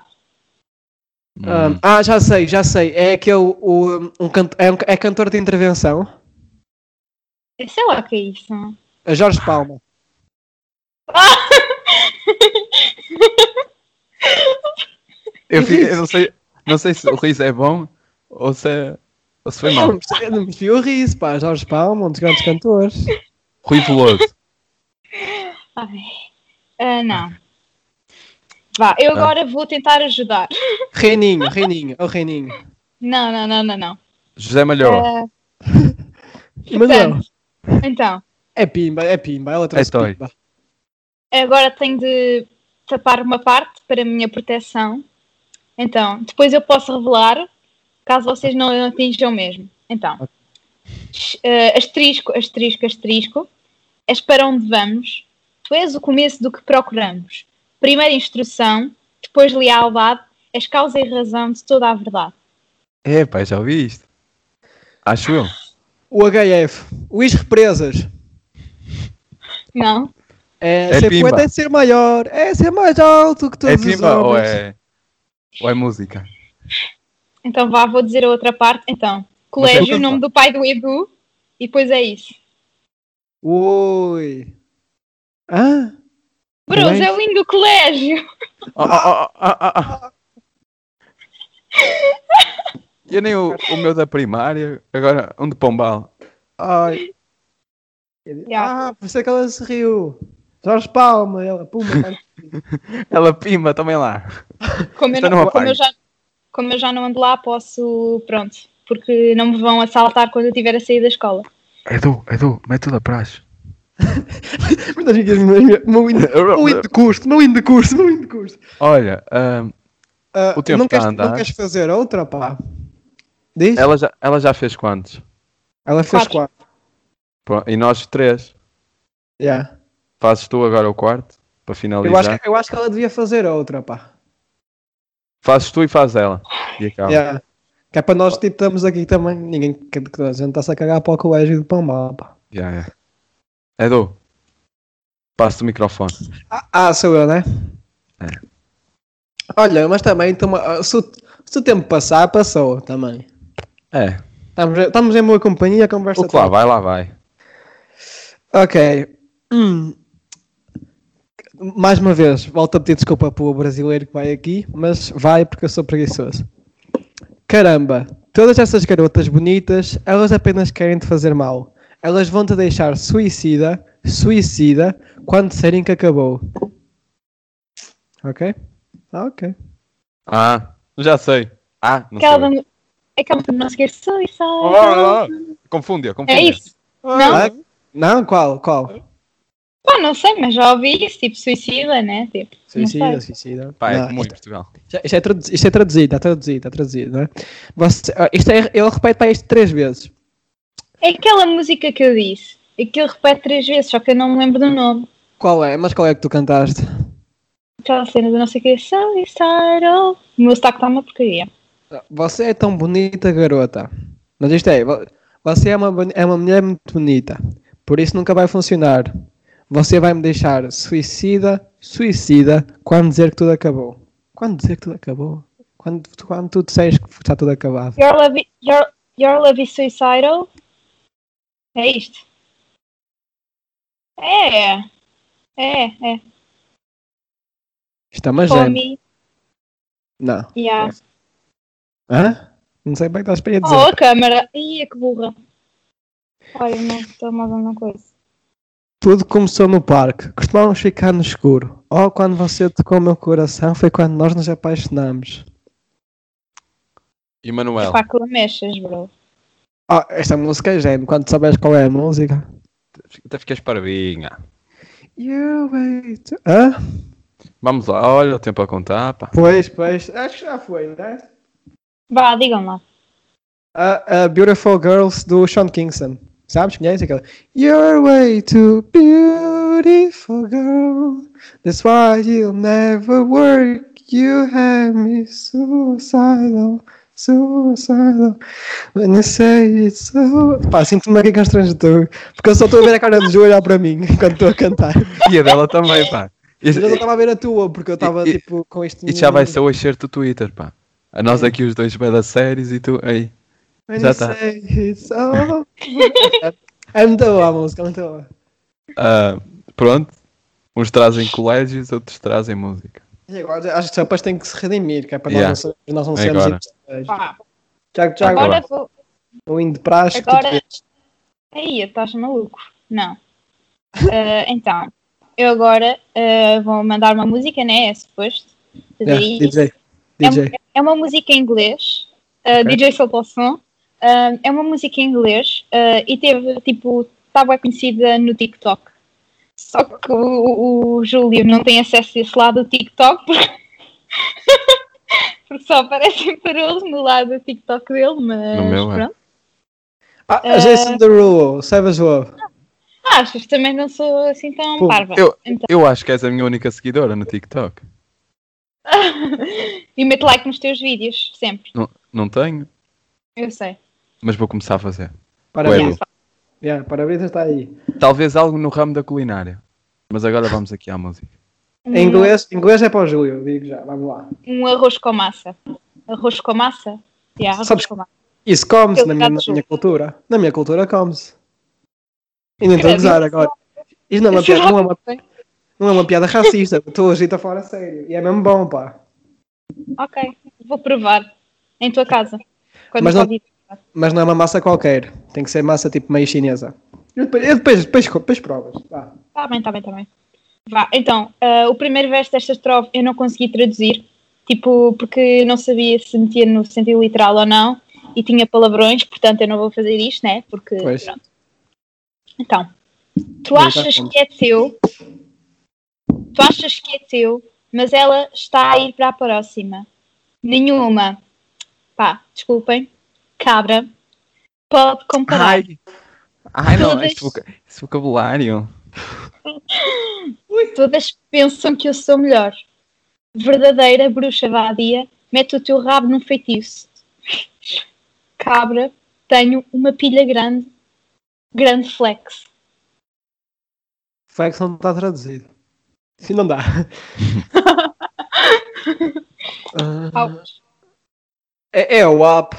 Speaker 3: Ah,
Speaker 2: Hum,
Speaker 3: Ah, já sei, já sei. É aquele. O, um, canto- é, um- é cantor de intervenção.
Speaker 4: Sei lá o que é isso. não?
Speaker 3: É Jorge Palma.
Speaker 2: eu, fiquei- eu não sei, não sei se o riso é bom ou se, é- ou se foi
Speaker 3: Eu não
Speaker 2: mau.
Speaker 3: percebi- eu não percebi o riso, pá. Jorge Palma, um dos grandes cantores.
Speaker 2: Rui Veloso.
Speaker 4: Ah, não. Vá, eu agora vou tentar ajudar.
Speaker 3: Reininho, Reininho, é o Reininho.
Speaker 4: Não, não, não, não, não.
Speaker 2: José Malhoa.
Speaker 4: Ah,
Speaker 3: Mas não,
Speaker 4: portanto, então,
Speaker 3: é Pimba, é Pimba, ela trouxe
Speaker 2: É Toy.
Speaker 3: Pimba.
Speaker 4: agora tenho de tapar uma parte para a minha proteção. Então, depois eu posso revelar, caso vocês não atinjam mesmo. Então, ah, asterisco, asterisco, asterisco. És para onde vamos. Tu és o começo do que procuramos. Primeiro instrução, depois lealdade. És causa e razão de toda a verdade.
Speaker 2: É, pá, já ouvi isto. Acho eu.
Speaker 3: O HF, Luís Represas.
Speaker 4: Não?
Speaker 3: É,
Speaker 2: É
Speaker 3: ser
Speaker 2: Pimba.
Speaker 3: poeta é ser maior, é ser mais alto que todos
Speaker 2: é
Speaker 3: os
Speaker 2: timba ou
Speaker 3: homens.
Speaker 2: é, ou é música?
Speaker 4: Então vá, vou dizer a outra parte. Então,
Speaker 2: Mas é
Speaker 4: colégio,
Speaker 2: outra
Speaker 4: nome do pai do Edu, e depois é isso.
Speaker 2: é?
Speaker 3: Oi. Ah?
Speaker 4: Bruce,
Speaker 3: Bem.
Speaker 4: é o hino do colégio!
Speaker 2: Ah, ah, ah, ah, ah, ah. Eu nem o, o meu da primária, agora um de Pombal.
Speaker 3: Ai.
Speaker 4: Já.
Speaker 3: Ah, por isso é que ela se riu. Jorge Palma, ela, pumba, vai.
Speaker 2: Ela pimba também lá.
Speaker 4: Como eu,
Speaker 2: Isto não
Speaker 4: não- como
Speaker 2: apaga.
Speaker 4: eu já, como eu já não ando lá, posso. Pronto, porque não me vão assaltar quando eu tiver a sair da escola.
Speaker 2: Edu, Edu, mete da praxe.
Speaker 3: Mas nós ficamos- meu hino- meu hino de custo, meu hino de custo, meu hino de custo.
Speaker 2: Olha, ahm,
Speaker 3: Ah,
Speaker 2: O tempo
Speaker 3: não,
Speaker 2: tá
Speaker 3: queres,
Speaker 2: a andar.
Speaker 3: não queres fazer outra, pá? Diz? Ela,
Speaker 2: ela, já, ela já fez quantos?
Speaker 3: fez
Speaker 4: Quatro.
Speaker 3: quatro.
Speaker 2: Pro- E nós três.
Speaker 3: Yeah.
Speaker 2: Fazes tu agora o quarto, para finalizar.
Speaker 3: Eu, acho que, eu acho que ela devia fazer outra, pá.
Speaker 2: Fazes tu e fazes ela. E acaba.
Speaker 3: Yeah. Que é para nós tipo, estamos aqui também. Ninguém que, que a gente está-se a cagar para o colégio de Palmal, pá.
Speaker 2: Yeah, yeah. Edu, passa o microfone.
Speaker 3: Ah, ah, sou eu, né?
Speaker 2: É.
Speaker 3: Olha, mas também tamo- ah, se, o- se o tempo passar, passou também.
Speaker 2: É,
Speaker 3: Estamos, estamos em boa companhia, a conversa
Speaker 2: o que lá vai, lá vai.
Speaker 3: Ok. Hum. Mais uma vez, volto a pedir desculpa para o brasileiro que vai aqui, mas vai porque eu sou preguiçoso. Caramba, todas essas garotas bonitas, elas apenas querem te fazer mal. Elas vão te deixar suicida, suicida, quando disserem que acabou. Ok? Ah, ok.
Speaker 2: Ah, já sei. Ah, não
Speaker 4: Aquela
Speaker 2: sei.
Speaker 4: da- Aquela de não seguir suicide.
Speaker 2: Ah, ah, Confunde-a,
Speaker 4: É
Speaker 2: confunde-a.
Speaker 4: isso. Não?
Speaker 3: Ah, não, qual? Qual?
Speaker 4: Pá, não sei, mas já ouvi isso, tipo suicida, né? Tipo, não
Speaker 3: Suicida,
Speaker 4: sei.
Speaker 3: suicida.
Speaker 2: Pá, é
Speaker 3: Não,
Speaker 2: comum em Portugal.
Speaker 3: Já- Isto é, traduzi- isto é traduzido, está traduzido, está traduzido, não é? Você- ah, isto é- eu repito para isto três vezes.
Speaker 4: É aquela música que eu disse, e que eu repete três vezes, só que eu não me lembro do nome.
Speaker 3: Qual é? Mas qual é que tu cantaste?
Speaker 4: Aquela cena do não sei o que, suicidal. O meu sotaque tá está uma porcaria.
Speaker 3: Você é tão bonita, garota. Mas isto é, vo- você é uma, boni- é uma mulher muito bonita. Por isso nunca vai funcionar. Você vai me deixar suicida, suicida, quando dizer que tudo acabou. Quando dizer que tudo acabou? Quando, tu- quando tu disseres que está tudo acabado.
Speaker 4: Your love, i- your, your love is suicidal. É isto. É. É, é.
Speaker 3: Isto é uma
Speaker 4: For
Speaker 3: gêmea.
Speaker 4: me.
Speaker 3: Não.
Speaker 4: Yeah.
Speaker 3: Hã? Não sei bem o que estás para aí dizer.
Speaker 4: Oh, a câmara. Ia que burra. é Olha, não estou mais uma coisa.
Speaker 3: Tudo começou no parque. Costumávamos ficar no escuro. Oh, quando você tocou o meu coração foi quando nós nos apaixonamos.
Speaker 2: E Manuel,
Speaker 4: Pá, que lamechas, bro.
Speaker 3: Ah, esta música é gênio. Quando souberes qual é a música.
Speaker 2: até ficas parvinha.
Speaker 3: You wait. Hã?
Speaker 2: Vamos lá, olha o tempo a contar, pá.
Speaker 3: Pois, pois. Acho que já foi, né?
Speaker 4: Vá, digam lá.
Speaker 3: A, a Beautiful Girls do Sean Kingston. Sabes? Conheces aquela? You're way too beautiful, girl. That's why you'll never work. You have me suicidal, suicidal. When you say it's so. Pá, sinto-me aqui constrangedor. Porque eu só estou a ver a cara do Ju olhar para mim enquanto estou a cantar.
Speaker 2: E a dela também, pá.
Speaker 3: Mas eu só
Speaker 2: Isto,
Speaker 3: estava a ver a tua, porque eu estava
Speaker 2: E- e-
Speaker 3: tipo com isto.
Speaker 2: isto já vai ser o encher do Twitter, pá. A nós aqui os dois bem das séries e tu aí.
Speaker 3: When
Speaker 2: já
Speaker 3: you
Speaker 2: tá.
Speaker 3: say it's so. É muito boa a música, é muito boa.
Speaker 2: Ah, pronto. Uns trazem colégios, outros trazem música.
Speaker 3: E agora acho que só depois tem que se redimir, que é para
Speaker 2: Yeah.
Speaker 3: nós não sermos- nós não
Speaker 2: É
Speaker 3: sermos
Speaker 2: agora.
Speaker 3: impossíveis.
Speaker 4: Pá,
Speaker 3: Tiago, Tiago,
Speaker 2: Agora-
Speaker 4: agora vou.
Speaker 3: um indo para as que tu
Speaker 4: Agora.
Speaker 3: queres. é-
Speaker 4: Aí, estás maluco? Não. Ah, então, eu agora ah, vou mandar uma música, né? É suposto. fazer
Speaker 3: Yeah,
Speaker 4: isso.
Speaker 3: DJ.
Speaker 4: É
Speaker 3: DJ.
Speaker 4: É uma música em inglês, uh,
Speaker 3: Ok.
Speaker 4: DJ Sopalson. Uh, é uma música em inglês uh, e teve, tipo, estava conhecida no TikTok. Só que o, o Júlio não tem acesso a esse lado do TikTok porque, porque só aparecem parolos no lado do TikTok dele, mas
Speaker 2: No meu é.
Speaker 4: pronto.
Speaker 3: Ah,
Speaker 4: é-
Speaker 3: Jason Derulo, Savage Love.
Speaker 4: Ah, achas que também não sou assim tão
Speaker 3: Pô,
Speaker 4: parva.
Speaker 2: eu-
Speaker 4: Então,
Speaker 2: Eu acho que és a minha única seguidora no TikTok.
Speaker 4: e meto like nos teus vídeos, sempre.
Speaker 2: Não tenho,
Speaker 4: Eu sei.
Speaker 2: mas vou começar a fazer.
Speaker 3: Parabéns.
Speaker 2: Bueno.
Speaker 3: Yeah, parabéns, está aí.
Speaker 2: Talvez algo no ramo da culinária. Mas agora vamos aqui à música.
Speaker 4: Uhum.
Speaker 3: Em inglês, em inglês é para o Júlio, digo já, vamos lá.
Speaker 4: Um arroz com massa. Arroz com massa? Yeah, arroz
Speaker 3: Sabes- é
Speaker 4: com massa.
Speaker 3: Isso come-se na,
Speaker 4: Eu
Speaker 3: minha- na
Speaker 4: gato.
Speaker 3: minha cultura. Na minha cultura come-se. E nem estou a
Speaker 4: Credo,
Speaker 3: gozar
Speaker 4: isso-
Speaker 3: agora. Isto não é uma piada, não é uma, não é uma piada racista. Estou a agir fora a sério. E é mesmo bom, pá.
Speaker 4: Ok, vou provar. Em tua casa. Quando
Speaker 3: Mas não-
Speaker 4: Covid.
Speaker 3: Mas não é uma massa qualquer. Tem que ser massa tipo meio chinesa. Eu depois, eu depois, depois, depois provas. Vá.
Speaker 4: Tá bem, tá bem, tá bem. Vá, então, ah, o primeiro verso desta estrofe eu não consegui traduzir, tipo, porque não sabia se metia no sentido literal ou não, e tinha palavrões, portanto eu não vou fazer isto, né? Porque,
Speaker 3: Pois.
Speaker 4: pronto. Então, tu
Speaker 3: Pois,
Speaker 4: achas
Speaker 3: tá bom.
Speaker 4: que é teu, tu achas que é teu, mas ela está a ir para a próxima. Nenhuma, pá, desculpem, cabra, pode comparar.
Speaker 2: Ai não,
Speaker 4: Todas-
Speaker 2: este, voca- este vocabulário.
Speaker 4: Todas pensam que eu sou melhor. Verdadeira bruxa vadia, mete o teu rabo num feitiço. Cabra, tenho uma pilha grande, grande flex.
Speaker 3: Flex não está traduzido. Sim, não dá. Ah,
Speaker 4: Au.
Speaker 3: é, é o app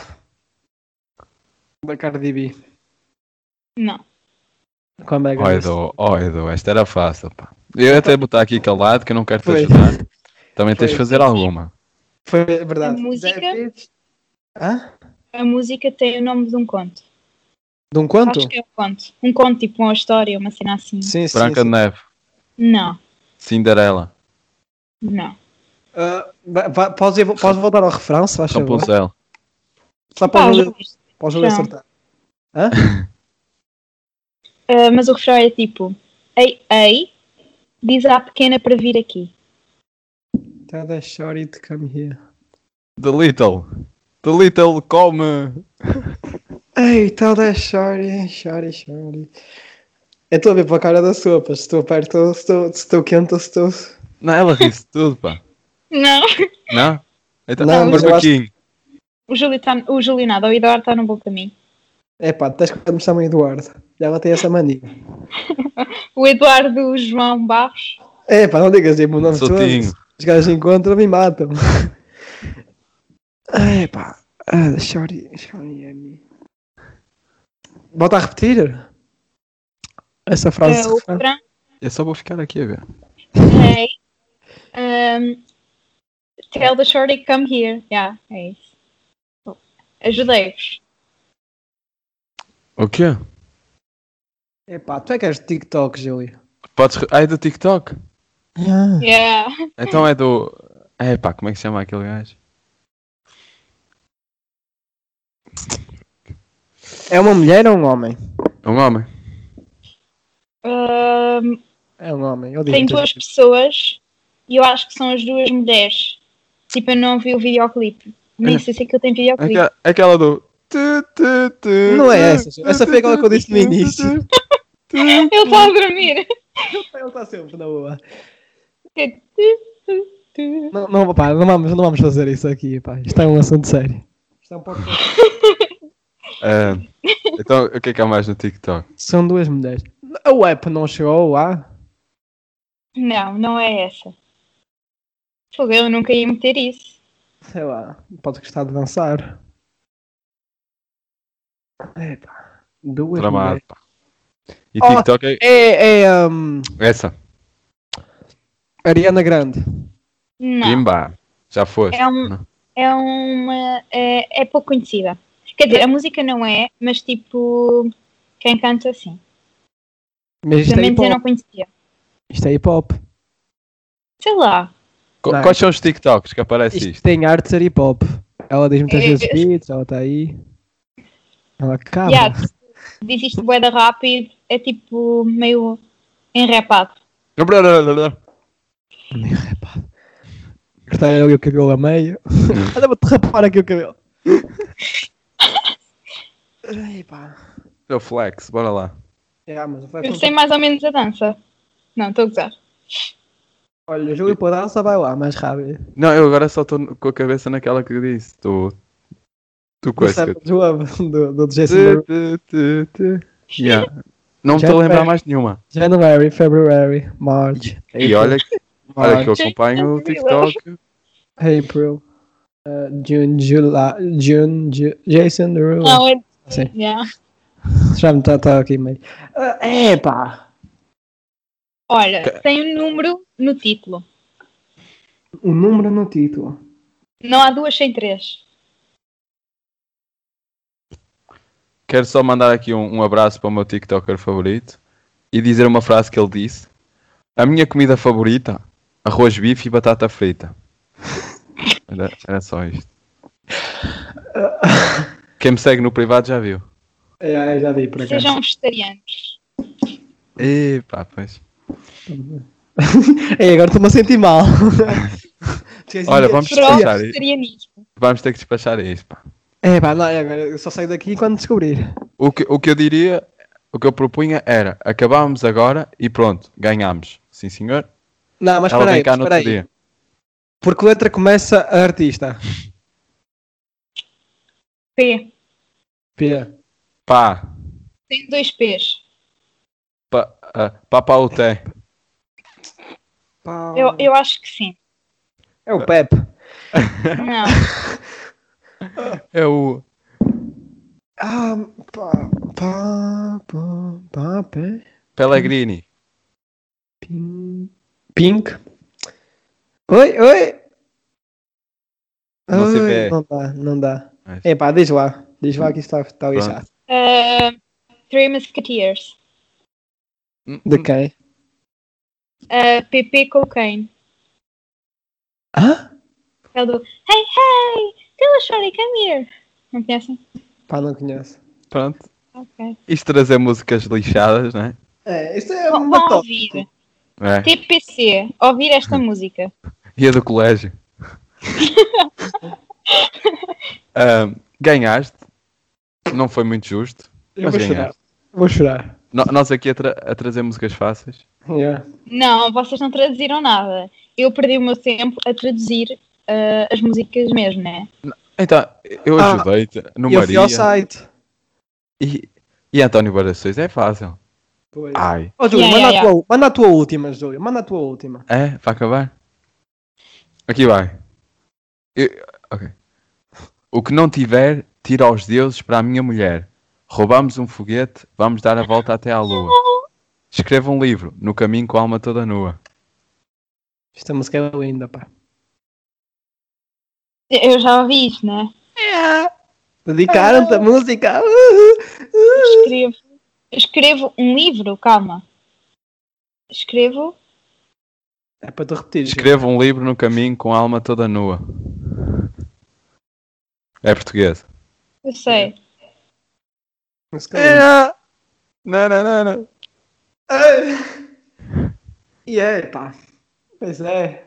Speaker 3: da Cardi B.
Speaker 4: Não.
Speaker 3: Com a Megan.
Speaker 2: Oi, Edu, oi, Edu, esta era fácil, pá. Eu ia até botar aqui calado que eu não quero te
Speaker 3: Foi.
Speaker 2: ajudar. Também tens de
Speaker 3: Foi.
Speaker 2: fazer alguma.
Speaker 3: Foi verdade.
Speaker 4: A música?
Speaker 3: David- Hã?
Speaker 4: A música tem o nome de um conto.
Speaker 3: De um quanto?
Speaker 4: Acho que é um conto. Um conto, tipo uma história, uma cena assim.
Speaker 3: Sim, sim.
Speaker 2: Branca
Speaker 3: sim.
Speaker 2: de Neve,
Speaker 4: Não,
Speaker 2: Cinderela,
Speaker 4: não.
Speaker 3: Ah, vai- vai- podes, ir- podes voltar ao refrão, se faz favor?
Speaker 2: Rapunzel.
Speaker 3: Só para
Speaker 4: Pá, é
Speaker 3: o
Speaker 4: já
Speaker 3: Júlio-
Speaker 4: viste.
Speaker 3: para o Júlio
Speaker 4: Não.
Speaker 3: acertar. Hã?
Speaker 4: Ah, mas o refrão é tipo: Ei, ei, diz à pequena para vir aqui.
Speaker 3: Tell that shorty to come here.
Speaker 2: The Little. The Little come.
Speaker 3: Ei, tell that shorty, shorty, shorty. Eu estou a ver pela cara da sopa, se estou perto, ou se estou, se estou quente, ou se estou...
Speaker 2: Não, ela disse tudo, pá.
Speaker 4: Não.
Speaker 2: Não? Então,
Speaker 3: Não, mas eu acho-
Speaker 2: barbequinho.
Speaker 4: O Júlio, tá, o Júlio nada, o Eduardo está no bom caminho.
Speaker 3: É pá, tens que começar o Eduardo. Ela tem essa mania.
Speaker 4: O Eduardo João Barros.
Speaker 3: É pá, não digas aí, meu nome todo.
Speaker 2: Sotinho.
Speaker 3: Os gajos encontram e matam. É pá, ah, shorty, shorty é mim. Volta a repetir? Essa frase.
Speaker 4: É, o Fran
Speaker 2: Eu É só vou ficar aqui a ver.
Speaker 4: Hey. Um, tell the shorty come here. Yeah, é isso. É Ajudei-vos.
Speaker 2: O quê?
Speaker 3: Epá, tu é que és TikTok, Júlio.
Speaker 2: Podes. re- Ah, é do TikTok.
Speaker 4: Yeah.
Speaker 2: Então é do. É pá, como é que se chama aquele gajo?
Speaker 3: É uma mulher ou um homem?
Speaker 2: Um homem.
Speaker 4: Ahm,
Speaker 3: É um homem. Eu digo
Speaker 4: tem
Speaker 3: muitas
Speaker 4: duas
Speaker 3: vezes.
Speaker 4: pessoas e eu acho que são as duas mulheres. Tipo, eu não vi o videoclipe. Nem sei se aquilo tem videoclipe.
Speaker 2: Aquela, é, aquela do. tu, tu, tu,
Speaker 3: Não é
Speaker 2: tu,
Speaker 3: essa, Ju. Essa foi aquela que eu disse no início.
Speaker 4: Eu estou a dormir. é
Speaker 3: Ele está sempre na boa.
Speaker 4: Tu, tu.
Speaker 3: Não, não, pá, não vamos, não vamos fazer isso aqui, pá. Isto é um assunto sério. Isto é um pouco...
Speaker 2: Ah, então, o que é que há mais no TikTok?
Speaker 3: São duas mulheres. A web não chegou lá?
Speaker 4: Não, não é essa. Fogo, eu nunca ia meter isso.
Speaker 3: Sei lá. Pode gostar de dançar. Epá. Duas
Speaker 2: Tramado,
Speaker 3: mulheres.
Speaker 2: pá. E
Speaker 3: Oh.
Speaker 2: TikTok é
Speaker 3: É, é, hum,
Speaker 2: essa.
Speaker 3: Ariana Grande.
Speaker 4: Não.
Speaker 2: Pimba. Já foste.
Speaker 4: É, um-
Speaker 2: Não.
Speaker 4: é uma. É, é pouco conhecida. Quer dizer, a música não é, mas tipo. Quem canta assim.
Speaker 3: Mas isto
Speaker 4: Pelo
Speaker 3: é
Speaker 4: menos eu
Speaker 3: hip-hop.
Speaker 4: não conhecia.
Speaker 3: Isto é hip-hop.
Speaker 4: Sei lá.
Speaker 2: Qu-
Speaker 3: Não.
Speaker 2: Quais são os TikToks que aparece isto?
Speaker 3: Isto tem arte de ser hip-hop. Ela diz muitas
Speaker 4: É-
Speaker 3: vezes beats, ela está aí. Ela acaba.
Speaker 4: Yeah, tipo, diz isto boeda rápido, é tipo meio enrapado.
Speaker 3: Meu, epá. Cortar tá ali o cabelo a meio.
Speaker 2: Uhum.
Speaker 3: Anda, vou-te rapar aqui o cabelo. Ai, pá.
Speaker 2: Seu flex, bora lá.
Speaker 3: É, mas vai
Speaker 4: Eu sei mais ou menos a dança. Não, estou a gozar.
Speaker 3: Olha, Júlio para a dança vai lá, mais rápido.
Speaker 2: Não, eu agora só estou com a cabeça naquela que eu disse. Tu. Tu
Speaker 3: é Do
Speaker 2: coisa. que
Speaker 3: Savage Love, do, do Jason Derulo.
Speaker 2: eu- Tu, tu, tu, tu. Yeah. Não me
Speaker 3: Já
Speaker 2: estou a lembrar
Speaker 3: foi.
Speaker 2: mais nenhuma.
Speaker 3: January, February, March,
Speaker 2: E olha, que- olha que eu
Speaker 4: Gente,
Speaker 2: acompanho o
Speaker 4: eu
Speaker 2: TikTok.
Speaker 3: April, uh, June, July, June, Ju- Jason Derulo.
Speaker 4: Não, é.
Speaker 3: Ah, Sim.
Speaker 4: Yeah.
Speaker 3: Já me está aqui meio. Ah, é, pá.
Speaker 4: Olha, tem um número no título.
Speaker 3: O número no título.
Speaker 4: Não há duas sem três.
Speaker 2: Quero só mandar aqui um, um abraço para o meu TikToker favorito e dizer uma frase que ele disse: A minha comida favorita, arroz, bife e batata frita. Era, era só isto. Quem me segue no privado já viu.
Speaker 3: É, é, já vi por acaso.
Speaker 4: Sejam vegetarianos.
Speaker 2: Epá, pois.
Speaker 3: É, agora estou-me a sentir mal.
Speaker 2: Olha, vamos
Speaker 4: Pro
Speaker 2: despachar isto.
Speaker 4: vegetarianismo.
Speaker 2: Vamos ter que despachar isto. Pá.
Speaker 3: É, pá, não, é, agora eu só saio daqui quando descobrir.
Speaker 2: O, que, o que eu diria, o que eu propunha era: acabámos agora e pronto, ganhámos. Sim, senhor.
Speaker 3: Não, mas
Speaker 2: Ela
Speaker 3: espera aí,
Speaker 2: vem cá
Speaker 3: mas
Speaker 2: no
Speaker 3: espera
Speaker 2: outro
Speaker 3: aí.
Speaker 2: dia.
Speaker 3: Por que letra começa a artista?
Speaker 4: P.
Speaker 3: P.
Speaker 2: Pá,
Speaker 4: Tem dois P's.
Speaker 2: pá, ah, pá, pá, o té.
Speaker 3: Pau.
Speaker 4: Eu, eu acho que sim.
Speaker 3: É o Pepe.
Speaker 4: Não.
Speaker 2: É o.
Speaker 3: Ah, pá, pá, pá, pá, pé.
Speaker 2: Pellegrini.
Speaker 3: Pink. Pink. Oi, oi.
Speaker 2: Não se
Speaker 3: Oi,
Speaker 2: vê.
Speaker 3: Não dá, não dá.
Speaker 2: Mas-
Speaker 3: É pá, diz lá. Diz lá que isto está, está
Speaker 2: Pronto.
Speaker 3: lixado.
Speaker 4: Ah, Three Musketeers.
Speaker 2: Hum,
Speaker 3: De quem?
Speaker 4: Ah, PP Cocaine.
Speaker 3: Hã?
Speaker 4: É o do Hey, hey! Tell Shorty, come here! Não conhecem?
Speaker 3: Pá, não conheço.
Speaker 2: hum, Pronto.
Speaker 4: Ok.
Speaker 2: Isto trazer músicas lixadas, não é?
Speaker 3: É, isto é
Speaker 4: Vão
Speaker 3: uma
Speaker 4: vão
Speaker 3: top.
Speaker 4: ouvir.
Speaker 2: É.
Speaker 4: TPC. Ouvir esta música.
Speaker 2: E a do colégio. Ahm, Ah, ganhaste. Não foi muito justo.
Speaker 3: Eu
Speaker 2: Mas é?
Speaker 3: vou chorar.
Speaker 2: ganhaste.
Speaker 3: Vou chorar.
Speaker 2: No- nós aqui a, tra- a trazer músicas fáceis.
Speaker 3: Yeah.
Speaker 4: Não, vocês não traduziram nada. Eu perdi o meu tempo a traduzir ah, as músicas mesmo, né?
Speaker 2: Então, eu
Speaker 3: Ah,
Speaker 2: ajudei-te no
Speaker 3: E eu fui
Speaker 2: Maria.
Speaker 3: ao site.
Speaker 2: E, e António Barações é fácil.
Speaker 3: Pois.
Speaker 2: Ai.
Speaker 3: Ó, Júlio,
Speaker 4: Yeah,
Speaker 3: manda,
Speaker 4: yeah,
Speaker 3: a tua, manda a tua última, Júlio. Manda a tua última.
Speaker 2: É? Vai acabar? Aqui vai. Eu- ok. O que não tiver, tira aos deuses para a minha mulher. Roubamos um foguete, vamos dar a volta até à lua. Escreva um livro, No Caminho com a Alma Toda Nua.
Speaker 3: Esta música é linda, pá.
Speaker 4: Eu já ouvi isto, né?
Speaker 3: uh-huh. Dedicaram-te a música. Uhul.
Speaker 4: Escrevo escrevo um livro, calma. Escrevo.
Speaker 3: É para te repetir.
Speaker 2: Escreva um livro no caminho com a alma toda nua. É português.
Speaker 4: Eu sei.
Speaker 3: Mas, cara,
Speaker 2: É. Não, não, não, não.
Speaker 3: Ah. E é, pá. Pois é.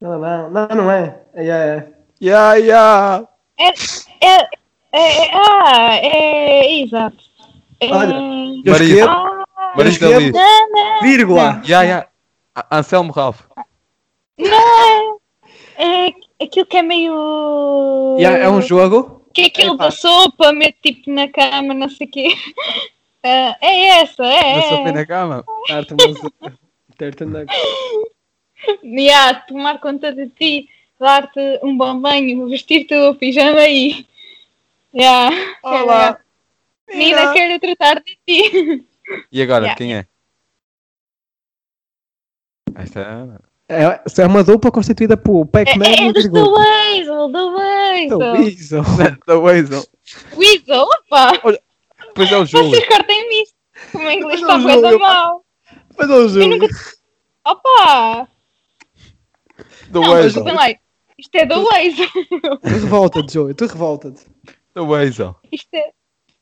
Speaker 3: Não, não, não, não é. É, é, é.
Speaker 2: Ya, ya.
Speaker 4: É, é, é, ah, é, é, exato. É,
Speaker 3: Olha.
Speaker 2: Eu Maria.
Speaker 3: escrevo,
Speaker 4: ah,
Speaker 2: Marista
Speaker 3: escrevo-
Speaker 2: Liz.
Speaker 4: né,
Speaker 3: vírgula.
Speaker 2: Ya, ya. A- Anselmo Ralph.
Speaker 4: não, é aquilo que é meio...
Speaker 3: E é, é um jogo.
Speaker 4: que é aquilo
Speaker 3: Epá.
Speaker 4: da sopa, mete tipo na cama, não sei o quê. Ah, é essa, é.
Speaker 2: Eu sou
Speaker 4: é.
Speaker 3: né?
Speaker 2: bem na cama.
Speaker 3: Tartan Nas- Tartan Nas-
Speaker 4: Yeah, ah, tomar conta de ti, dar-te um bom banho, vestir-te o pijama e. Yeah.
Speaker 3: Olá.
Speaker 4: Quero- Nina, quero tratar de ti.
Speaker 2: E agora,
Speaker 4: Ya.
Speaker 2: quem é? Esta
Speaker 3: É, é uma dupla constituída por Pac-Man
Speaker 4: É,
Speaker 3: e
Speaker 4: dos The
Speaker 3: Virgula.
Speaker 4: Weasel, The Weasel.
Speaker 3: É Weasel.
Speaker 2: The Weasel.
Speaker 4: Weasel, opa!
Speaker 2: Depois é o Júlio.
Speaker 4: Vocês cortem-me isto. O meu inglês
Speaker 3: Mas
Speaker 4: está
Speaker 3: não
Speaker 4: bué
Speaker 3: julgo,
Speaker 4: da
Speaker 3: eu-
Speaker 4: mal.
Speaker 3: Mas é um
Speaker 4: Eu
Speaker 3: jogo.
Speaker 4: nunca. Opa!
Speaker 2: The
Speaker 4: Não, mas
Speaker 2: Weasel.
Speaker 4: vem lá. Isto é The Weasel.
Speaker 3: Tu revolta-te, Joey. Tu revolta-te.
Speaker 2: The Weasel.
Speaker 4: Isto é.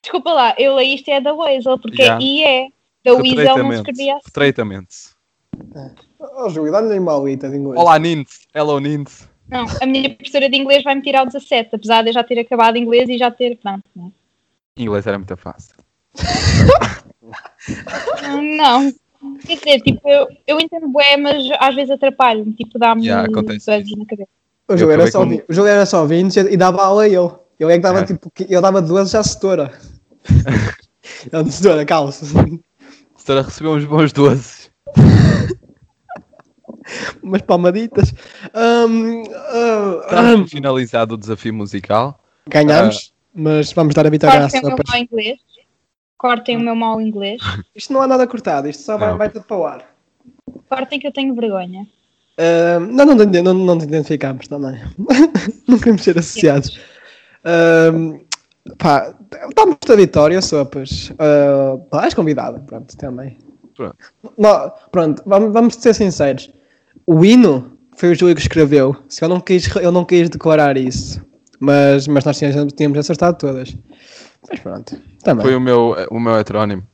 Speaker 4: Desculpa lá, eu leio isto é The Weasel, porque
Speaker 2: Yeah.
Speaker 4: é I é. The Weasel não se escrevia assim.
Speaker 2: Retreitamente.
Speaker 3: Ó, Joey, dá-lhe uma alita de inglês.
Speaker 2: Olá, Nintz. Hello, Nintz.
Speaker 4: Não, a minha professora de inglês vai me tirar o 17, apesar de eu já ter acabado inglês e já ter. Pronto, né?
Speaker 2: Inglês era muito fácil.
Speaker 4: não. não. Quer dizer, tipo, eu, eu entendo bué, mas às vezes atrapalho-me, tipo, dá-me
Speaker 2: Yeah, acontece
Speaker 4: bugs
Speaker 2: isso.
Speaker 4: na cabeça.
Speaker 3: O jogo,
Speaker 2: Eu
Speaker 3: era
Speaker 2: acabei
Speaker 3: só,
Speaker 2: com-
Speaker 3: vi- o jogo era só 20 e dava aula eu. Eu é que dava
Speaker 2: É.
Speaker 3: tipo. que- Eu dava duas já setora. Não, de setora, calça.
Speaker 2: Se ela recebeu uns bons 12.
Speaker 3: Umas palmaditas. Ahm, ah,
Speaker 2: Está finalizado o desafio musical.
Speaker 3: ganhámos,
Speaker 2: Ah.
Speaker 3: mas vamos dar a vitória à
Speaker 4: Cortem o meu
Speaker 3: sopa.
Speaker 4: mau inglês. Cortem o meu mau inglês.
Speaker 3: Isto não há nada cortado, isto só vai,
Speaker 2: Não.
Speaker 3: vai tudo para o ar.
Speaker 4: Cortem que eu tenho vergonha.
Speaker 3: Ahm, não, não, te- não, não te identificámos também. não queremos ser associados. Ahm, pá, dá-me a vitória, sopas. Ah, pá, és convidada, pronto, também.
Speaker 2: Pronto.
Speaker 3: Não, pronto, vamos, vamos ser sinceros. O hino foi o Júlio que escreveu. Se eu não quis, eu não quis declarar isso. Mas, mas nós tínhamos, tínhamos acertado todas. Mas pronto, tá também.
Speaker 2: Foi um- o meu, o meu heterónimo.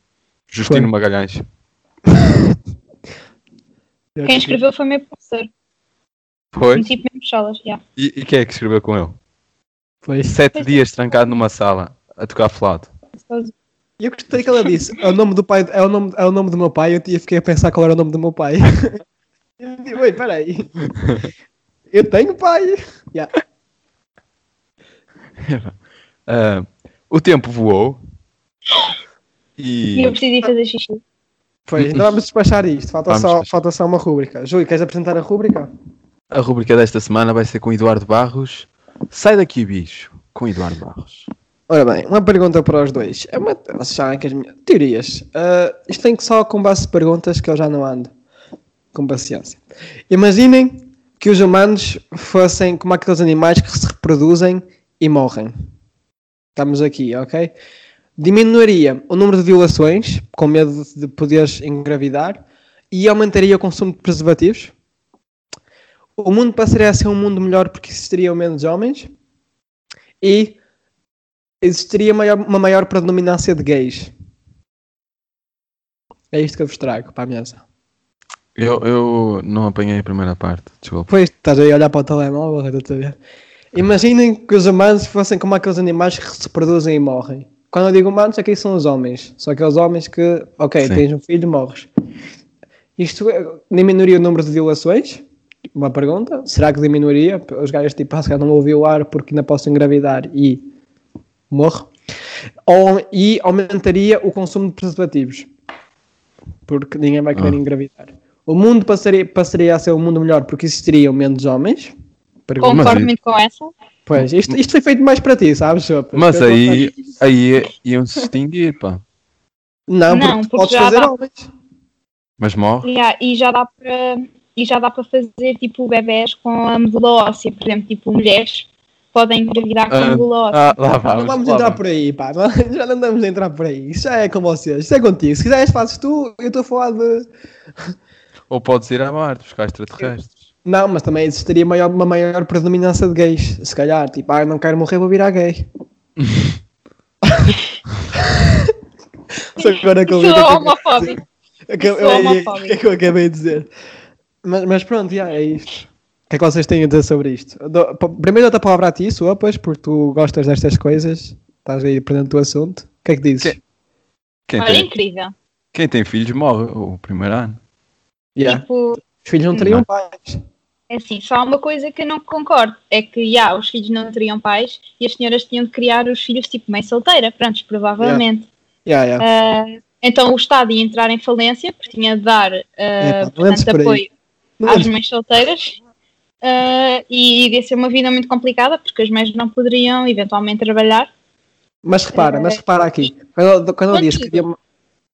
Speaker 2: Justino
Speaker 3: Foi.
Speaker 2: Magalhães.
Speaker 4: Quem escreveu foi o meu professor.
Speaker 2: Foi.
Speaker 4: Um tipo mesmo cholas. Yeah.
Speaker 2: E, e quem é que escreveu com ele?
Speaker 3: Foi.
Speaker 2: Sete
Speaker 4: é.
Speaker 2: dias trancado numa sala a tocar flauta.
Speaker 3: E eu gostei que ela disse: é o nome do pai, é o nome, é o nome do meu pai. Eu, eu fiquei a pensar qual era o nome do meu pai. Eu digo, Oi, peraí. Eu tenho pai. Yeah.
Speaker 2: Ah, o tempo voou. E
Speaker 4: E eu decidi fazer xixi.
Speaker 3: Pois, ainda vamos despachar isto. Falta,
Speaker 2: Vamos
Speaker 3: só,
Speaker 2: despachar.
Speaker 3: falta só uma rúbrica. Júlio, queres apresentar a rúbrica?
Speaker 2: a rubrica desta semana vai ser com Eduardo Barros. Sai daqui, bicho. Com Eduardo Barros.
Speaker 3: Ora bem, uma pergunta para os dois. É uma, vocês sabem que as minhas. Teorias. Ah, isto tem que só com base de perguntas que eu já não ando. Com paciência. Imaginem que os humanos fossem como aqueles animais que se reproduzem e morrem. Estamos aqui, ok? Diminuiria o número de violações, com medo de poderes engravidar, e aumentaria o consumo de preservativos. O mundo passaria a ser um mundo melhor porque existiriam menos homens. E existiria maior- uma maior predominância de gays. É isto que eu vos trago para a mesa.
Speaker 2: Eu, eu não apanhei a primeira parte. Desculpa.
Speaker 3: Pois, estás aí a olhar para o telemóvel, eu estou a ver. Imaginem que os humanos fossem como aqueles animais que se reproduzem e morrem. Quando eu digo humanos, aqui são os homens. São aqueles homens que, ok,
Speaker 2: Sim.
Speaker 3: tens um filho, morres. Isto é- diminuiria o número de violações? Uma pergunta. Será que diminuiria? Os gajos tipo, ah, se calhar não vou violar porque ainda posso engravidar e morro. Ou, e aumentaria o consumo de preservativos. Porque ninguém vai querer
Speaker 2: Ah.
Speaker 3: engravidar. O mundo passaria, passaria a ser um mundo melhor porque existiriam menos homens. Pergunta.
Speaker 2: Como-
Speaker 4: Conforme com essa.
Speaker 3: Pois, isto, isto foi feito mais para ti, sabes? Sopas?
Speaker 2: Mas
Speaker 3: Eu não
Speaker 2: aí,
Speaker 3: sei.
Speaker 2: aí é, iam se extinguir, pá.
Speaker 3: Não, porque,
Speaker 4: Não,
Speaker 3: tu
Speaker 4: porque
Speaker 3: podes
Speaker 4: já
Speaker 3: fazer
Speaker 4: dá.
Speaker 3: homens.
Speaker 2: Mas morre.
Speaker 4: Yeah, e já dá para e já dá para fazer tipo bebés com a medula óssea, por exemplo, tipo mulheres podem engravidar com
Speaker 2: Ah,
Speaker 4: um gula óssea.
Speaker 2: Ah, lá vamos.
Speaker 3: Não vamos
Speaker 2: lá
Speaker 3: entrar
Speaker 2: vamos.
Speaker 3: por aí, pá. Não- Já não andamos a entrar por aí. Isso já é com vocês. Isso é contigo. Se quiseres, fazes tu. Eu estou a falar de.
Speaker 2: Ou podes ir à Marte buscar extraterrestres.
Speaker 3: Não, mas também existiria maior- uma maior predominância de gays. Se calhar, tipo, ah, não quero morrer, vou virar gay. Só agora que eu vi o que é
Speaker 4: Sou
Speaker 3: que eu-
Speaker 4: homofóbico.
Speaker 3: Acab- eu-
Speaker 4: Sou
Speaker 3: eu-
Speaker 4: homofóbico.
Speaker 3: O que é que eu acabei de dizer? Mas, mas pronto, já, é isto. O que é que vocês têm a dizer sobre isto? Eu dou- p- primeiro dou-te a palavra a ti, Suapas, porque tu gostas destas coisas. Estás aí aprendendo do assunto. O que é que dizes?
Speaker 2: Sim. Quem
Speaker 4: Olha,
Speaker 2: tem,
Speaker 4: incrível.
Speaker 2: quem tem filhos morre o primeiro ano.
Speaker 3: Yeah.
Speaker 4: Tipo,
Speaker 3: Os filhos não teriam pais.
Speaker 4: é assim, só há uma coisa que eu não concordo. É que, já, os filhos não teriam pais e as senhoras tinham de criar os filhos, tipo, mãe solteira. Prontos, provavelmente.
Speaker 3: Yeah, yeah.
Speaker 4: Então o Estado ia entrar em falência, porque tinha de dar uh,
Speaker 3: É, pá, não antes
Speaker 4: portanto,
Speaker 3: por aí.
Speaker 4: apoio
Speaker 3: Não
Speaker 4: às
Speaker 3: vamos-
Speaker 4: mães solteiras uh, e iria ser uma vida muito complicada, porque as mães não poderiam eventualmente trabalhar.
Speaker 3: mas repara,
Speaker 4: Eh,
Speaker 3: mas repara aqui. Quando, quando ele diz que queria.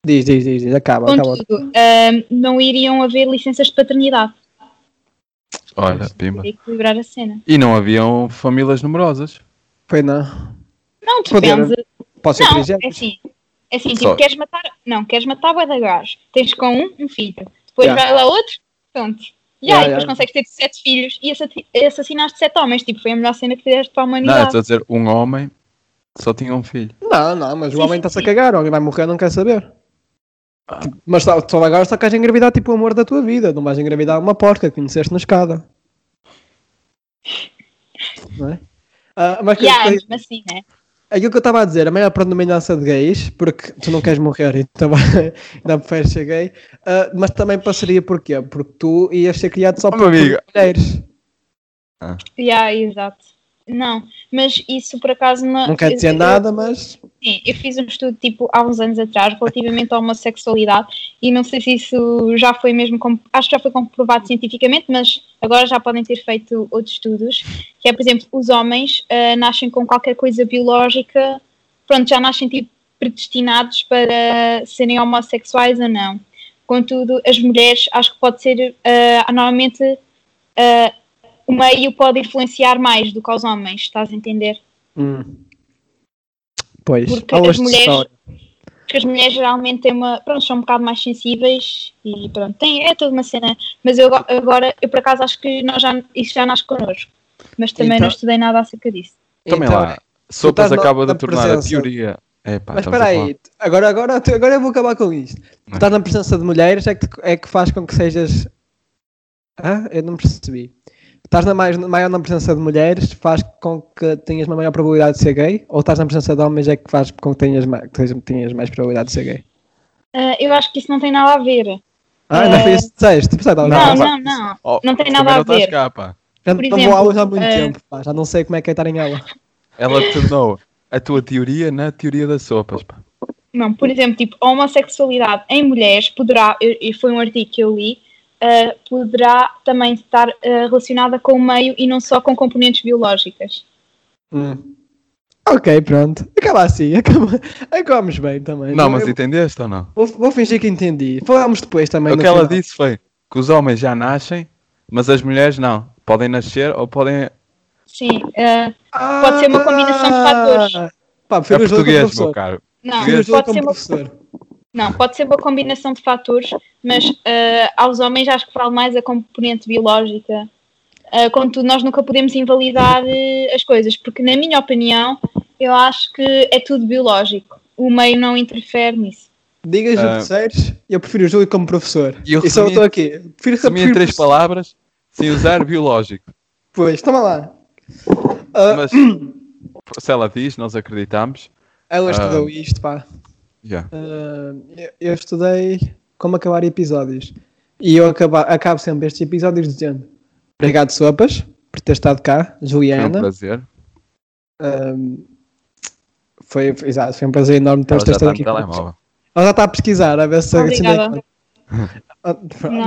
Speaker 3: Diz, diz, diz, diz. Acaba, acaba.
Speaker 4: Contudo, uh, não iriam haver licenças de paternidade.
Speaker 2: Olha, pimba.
Speaker 4: Teria que equilibrar a cena.
Speaker 2: E não haviam famílias numerosas.
Speaker 3: Foi não.
Speaker 4: Não,
Speaker 3: Poder.
Speaker 4: depende.
Speaker 3: Posso ser
Speaker 4: Não, é
Speaker 3: trigêmeos?
Speaker 4: assim. É assim,
Speaker 2: Só.
Speaker 4: tipo, queres matar. Não, queres matar bué de gajos. Tens com um, um filho. Depois
Speaker 3: Yeah.
Speaker 4: vai lá outro, pronto. E
Speaker 3: Yeah,
Speaker 4: aí depois
Speaker 3: yeah.
Speaker 4: consegues ter sete filhos e assati- assassinaste sete homens. Tipo, foi a melhor cena que fizeste para a
Speaker 2: Não,
Speaker 4: humanidade.
Speaker 2: estou a dizer, um homem só tinha um filho.
Speaker 3: Não, não, mas o
Speaker 4: Sim,
Speaker 3: homem
Speaker 4: sim,
Speaker 3: está-se a
Speaker 4: sim.
Speaker 3: cagar, o homem vai morrer, não quer saber.
Speaker 2: Ah.
Speaker 3: Tipo, Mas só, só agora só queres engravidar tipo o amor da tua vida, não vais engravidar uma porca que conheceste na escada. Não é? Ah, mas que-
Speaker 4: Yeah,
Speaker 3: que-
Speaker 4: mesmo assim, né?
Speaker 3: aquilo que eu estava a dizer, a maior predominância de gays, porque tu não queres morrer e também ainda preferes ser gay, ah, mas também passaria porquê? Porque tu ias ser criado só
Speaker 2: meu
Speaker 3: por
Speaker 2: amigo.
Speaker 3: mulheres.
Speaker 4: Yeah, exato. Não, mas isso por acaso não.
Speaker 3: Não quer dizer
Speaker 4: eu- eu-
Speaker 3: nada, mas
Speaker 4: Sim, eu fiz um estudo tipo há uns anos atrás relativamente à homossexualidade e não sei se isso já foi mesmo. com- Acho que já foi comprovado cientificamente, mas agora já podem ter feito outros estudos. Que é, por exemplo, os homens ah, nascem com qualquer coisa biológica, pronto, já nascem tipo predestinados para serem homossexuais ou não. Contudo, as mulheres, acho que pode ser, ah, normalmente, ah, o meio pode influenciar mais do que os homens, estás a entender?
Speaker 3: hum. pois
Speaker 4: Porque
Speaker 3: há
Speaker 4: as
Speaker 3: hoje de
Speaker 4: mulheres-
Speaker 3: história.
Speaker 4: Porque as mulheres geralmente têm uma. Pronto, são um bocado mais sensíveis e pronto, tem, é toda uma cena. Mas eu ago- agora, eu por acaso acho que nós já, isso já nasce connosco. Mas também
Speaker 3: Então-
Speaker 4: não estudei nada acerca disso.
Speaker 2: Também
Speaker 3: Então,
Speaker 2: lá. Sopas
Speaker 3: estás na-
Speaker 2: acaba
Speaker 3: na
Speaker 2: de tornar
Speaker 3: presença.
Speaker 2: a teoria. É pá,
Speaker 3: Mas
Speaker 2: estamos
Speaker 3: espera
Speaker 2: a falar.
Speaker 3: aí, agora, agora, agora eu vou acabar com isto. Tu Estás na presença de mulheres é que, te- é que faz com que sejas. Hã? Eu não percebi. Estás na mais, maior na presença de mulheres faz com que tenhas uma maior probabilidade de ser gay? Ou estás na presença de homens é que faz com que tenhas mais, que sejas- tenhas mais probabilidade de ser gay?
Speaker 4: Ah, eu acho que isso não tem nada a ver.
Speaker 3: Ah,
Speaker 4: Eh,
Speaker 3: ainda foi isso que disseste. Pois é,
Speaker 4: Não,
Speaker 2: não,
Speaker 4: não,
Speaker 2: pá.
Speaker 4: não. não.
Speaker 2: Oh,
Speaker 4: Não tem
Speaker 2: também
Speaker 4: nada a
Speaker 2: não estás
Speaker 4: ver.
Speaker 2: cá, pá.
Speaker 3: Já
Speaker 4: por
Speaker 3: não vou
Speaker 4: exemplo,
Speaker 3: a aulas há muito
Speaker 4: eh,
Speaker 3: tempo, pá, já não sei como é que é estar em aula.
Speaker 2: Ela tornou a tua teoria na teoria das sopas, pá.
Speaker 4: Não, por exemplo, tipo, a homossexualidade em mulheres poderá, e e foi um artigo que eu li, ah, poderá também estar ah, relacionada com o meio e não só com componentes biológicas.
Speaker 3: Hum. Ok, pronto. Acaba assim, acaba, acabamos bem também.
Speaker 2: Não, mas
Speaker 3: Eu-
Speaker 2: entendeste ou não?
Speaker 3: vou, vou fingir que entendi. Falámos depois também.
Speaker 2: O
Speaker 3: no
Speaker 2: que ela
Speaker 3: final.
Speaker 2: disse foi que os homens já nascem, mas as mulheres não. Podem nascer ou podem.
Speaker 4: Sim, ah, Pode ser uma combinação de fatores.
Speaker 3: Pá,
Speaker 2: É
Speaker 3: fui no jogo com o
Speaker 2: português,
Speaker 3: professor.
Speaker 2: meu caro.
Speaker 4: não,
Speaker 3: Fui no jogo
Speaker 4: pode
Speaker 3: com
Speaker 4: ser
Speaker 3: o
Speaker 4: uma
Speaker 3: professor.
Speaker 4: Não, pode ser uma combinação de fatores, mas ah, aos homens acho que vale mais a componente biológica. Ah, contudo, nós nunca podemos invalidar eh, as coisas, porque, na minha opinião, eu acho que é tudo biológico. O meio não interfere nisso.
Speaker 3: Digas
Speaker 2: Ah.
Speaker 3: o que disseres, eu prefiro o Júlio como professor.
Speaker 2: E eu
Speaker 3: E só
Speaker 2: resumi-
Speaker 3: estou aqui. Prefiro que
Speaker 2: Resumi em três palavras sem usar biológico.
Speaker 3: Pois, toma lá. Ah,
Speaker 2: Mas se ela diz, nós acreditamos.
Speaker 3: ela
Speaker 2: ah.
Speaker 3: estudou isto, pá.
Speaker 2: Yeah.
Speaker 3: Ah, eu, eu estudei como acabar episódios. E eu acaba, acabo sempre estes episódios dizendo obrigado, Sopas, por ter estado cá,
Speaker 2: Foi um
Speaker 3: Juliana.
Speaker 2: prazer.
Speaker 3: Ah, Foi, foi, exato, foi um prazer enorme ter
Speaker 2: Ela já
Speaker 3: estado
Speaker 2: está no
Speaker 3: aqui. Ela
Speaker 2: telemóvel.
Speaker 3: já está a pesquisar, a é ver se... se dá
Speaker 4: Obrigada.
Speaker 3: conta. Ah, pronto.
Speaker 4: Não.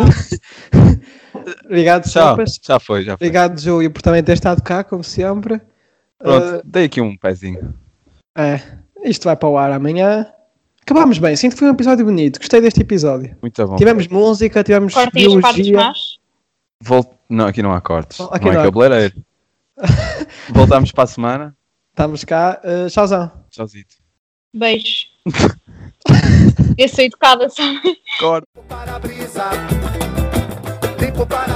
Speaker 3: Ah, Obrigado,
Speaker 2: Tchau.
Speaker 3: Sopas.
Speaker 2: Já foi, já foi.
Speaker 3: Obrigado, Júlio, por também ter estado cá, como sempre.
Speaker 2: Pronto, dei aqui um pezinho.
Speaker 3: Ah, é, isto vai para o ar amanhã. Acabámos bem, sinto que foi um episódio bonito. Gostei deste episódio.
Speaker 2: Muito bom.
Speaker 3: Tivemos música, tivemos
Speaker 4: Cortem as partes
Speaker 3: biologia.
Speaker 4: más.
Speaker 2: Vol- Não, aqui não há cortes.
Speaker 3: Oh, Aqui
Speaker 2: não é
Speaker 3: não há
Speaker 2: cabeleireiro. Voltamos para a semana.
Speaker 3: Estamos cá. Uh, tchauzão.
Speaker 2: Tchauzito.
Speaker 4: Beijos. Eu sou educada, sabe?
Speaker 2: Corta.
Speaker 1: para a brisa, Tá limpo para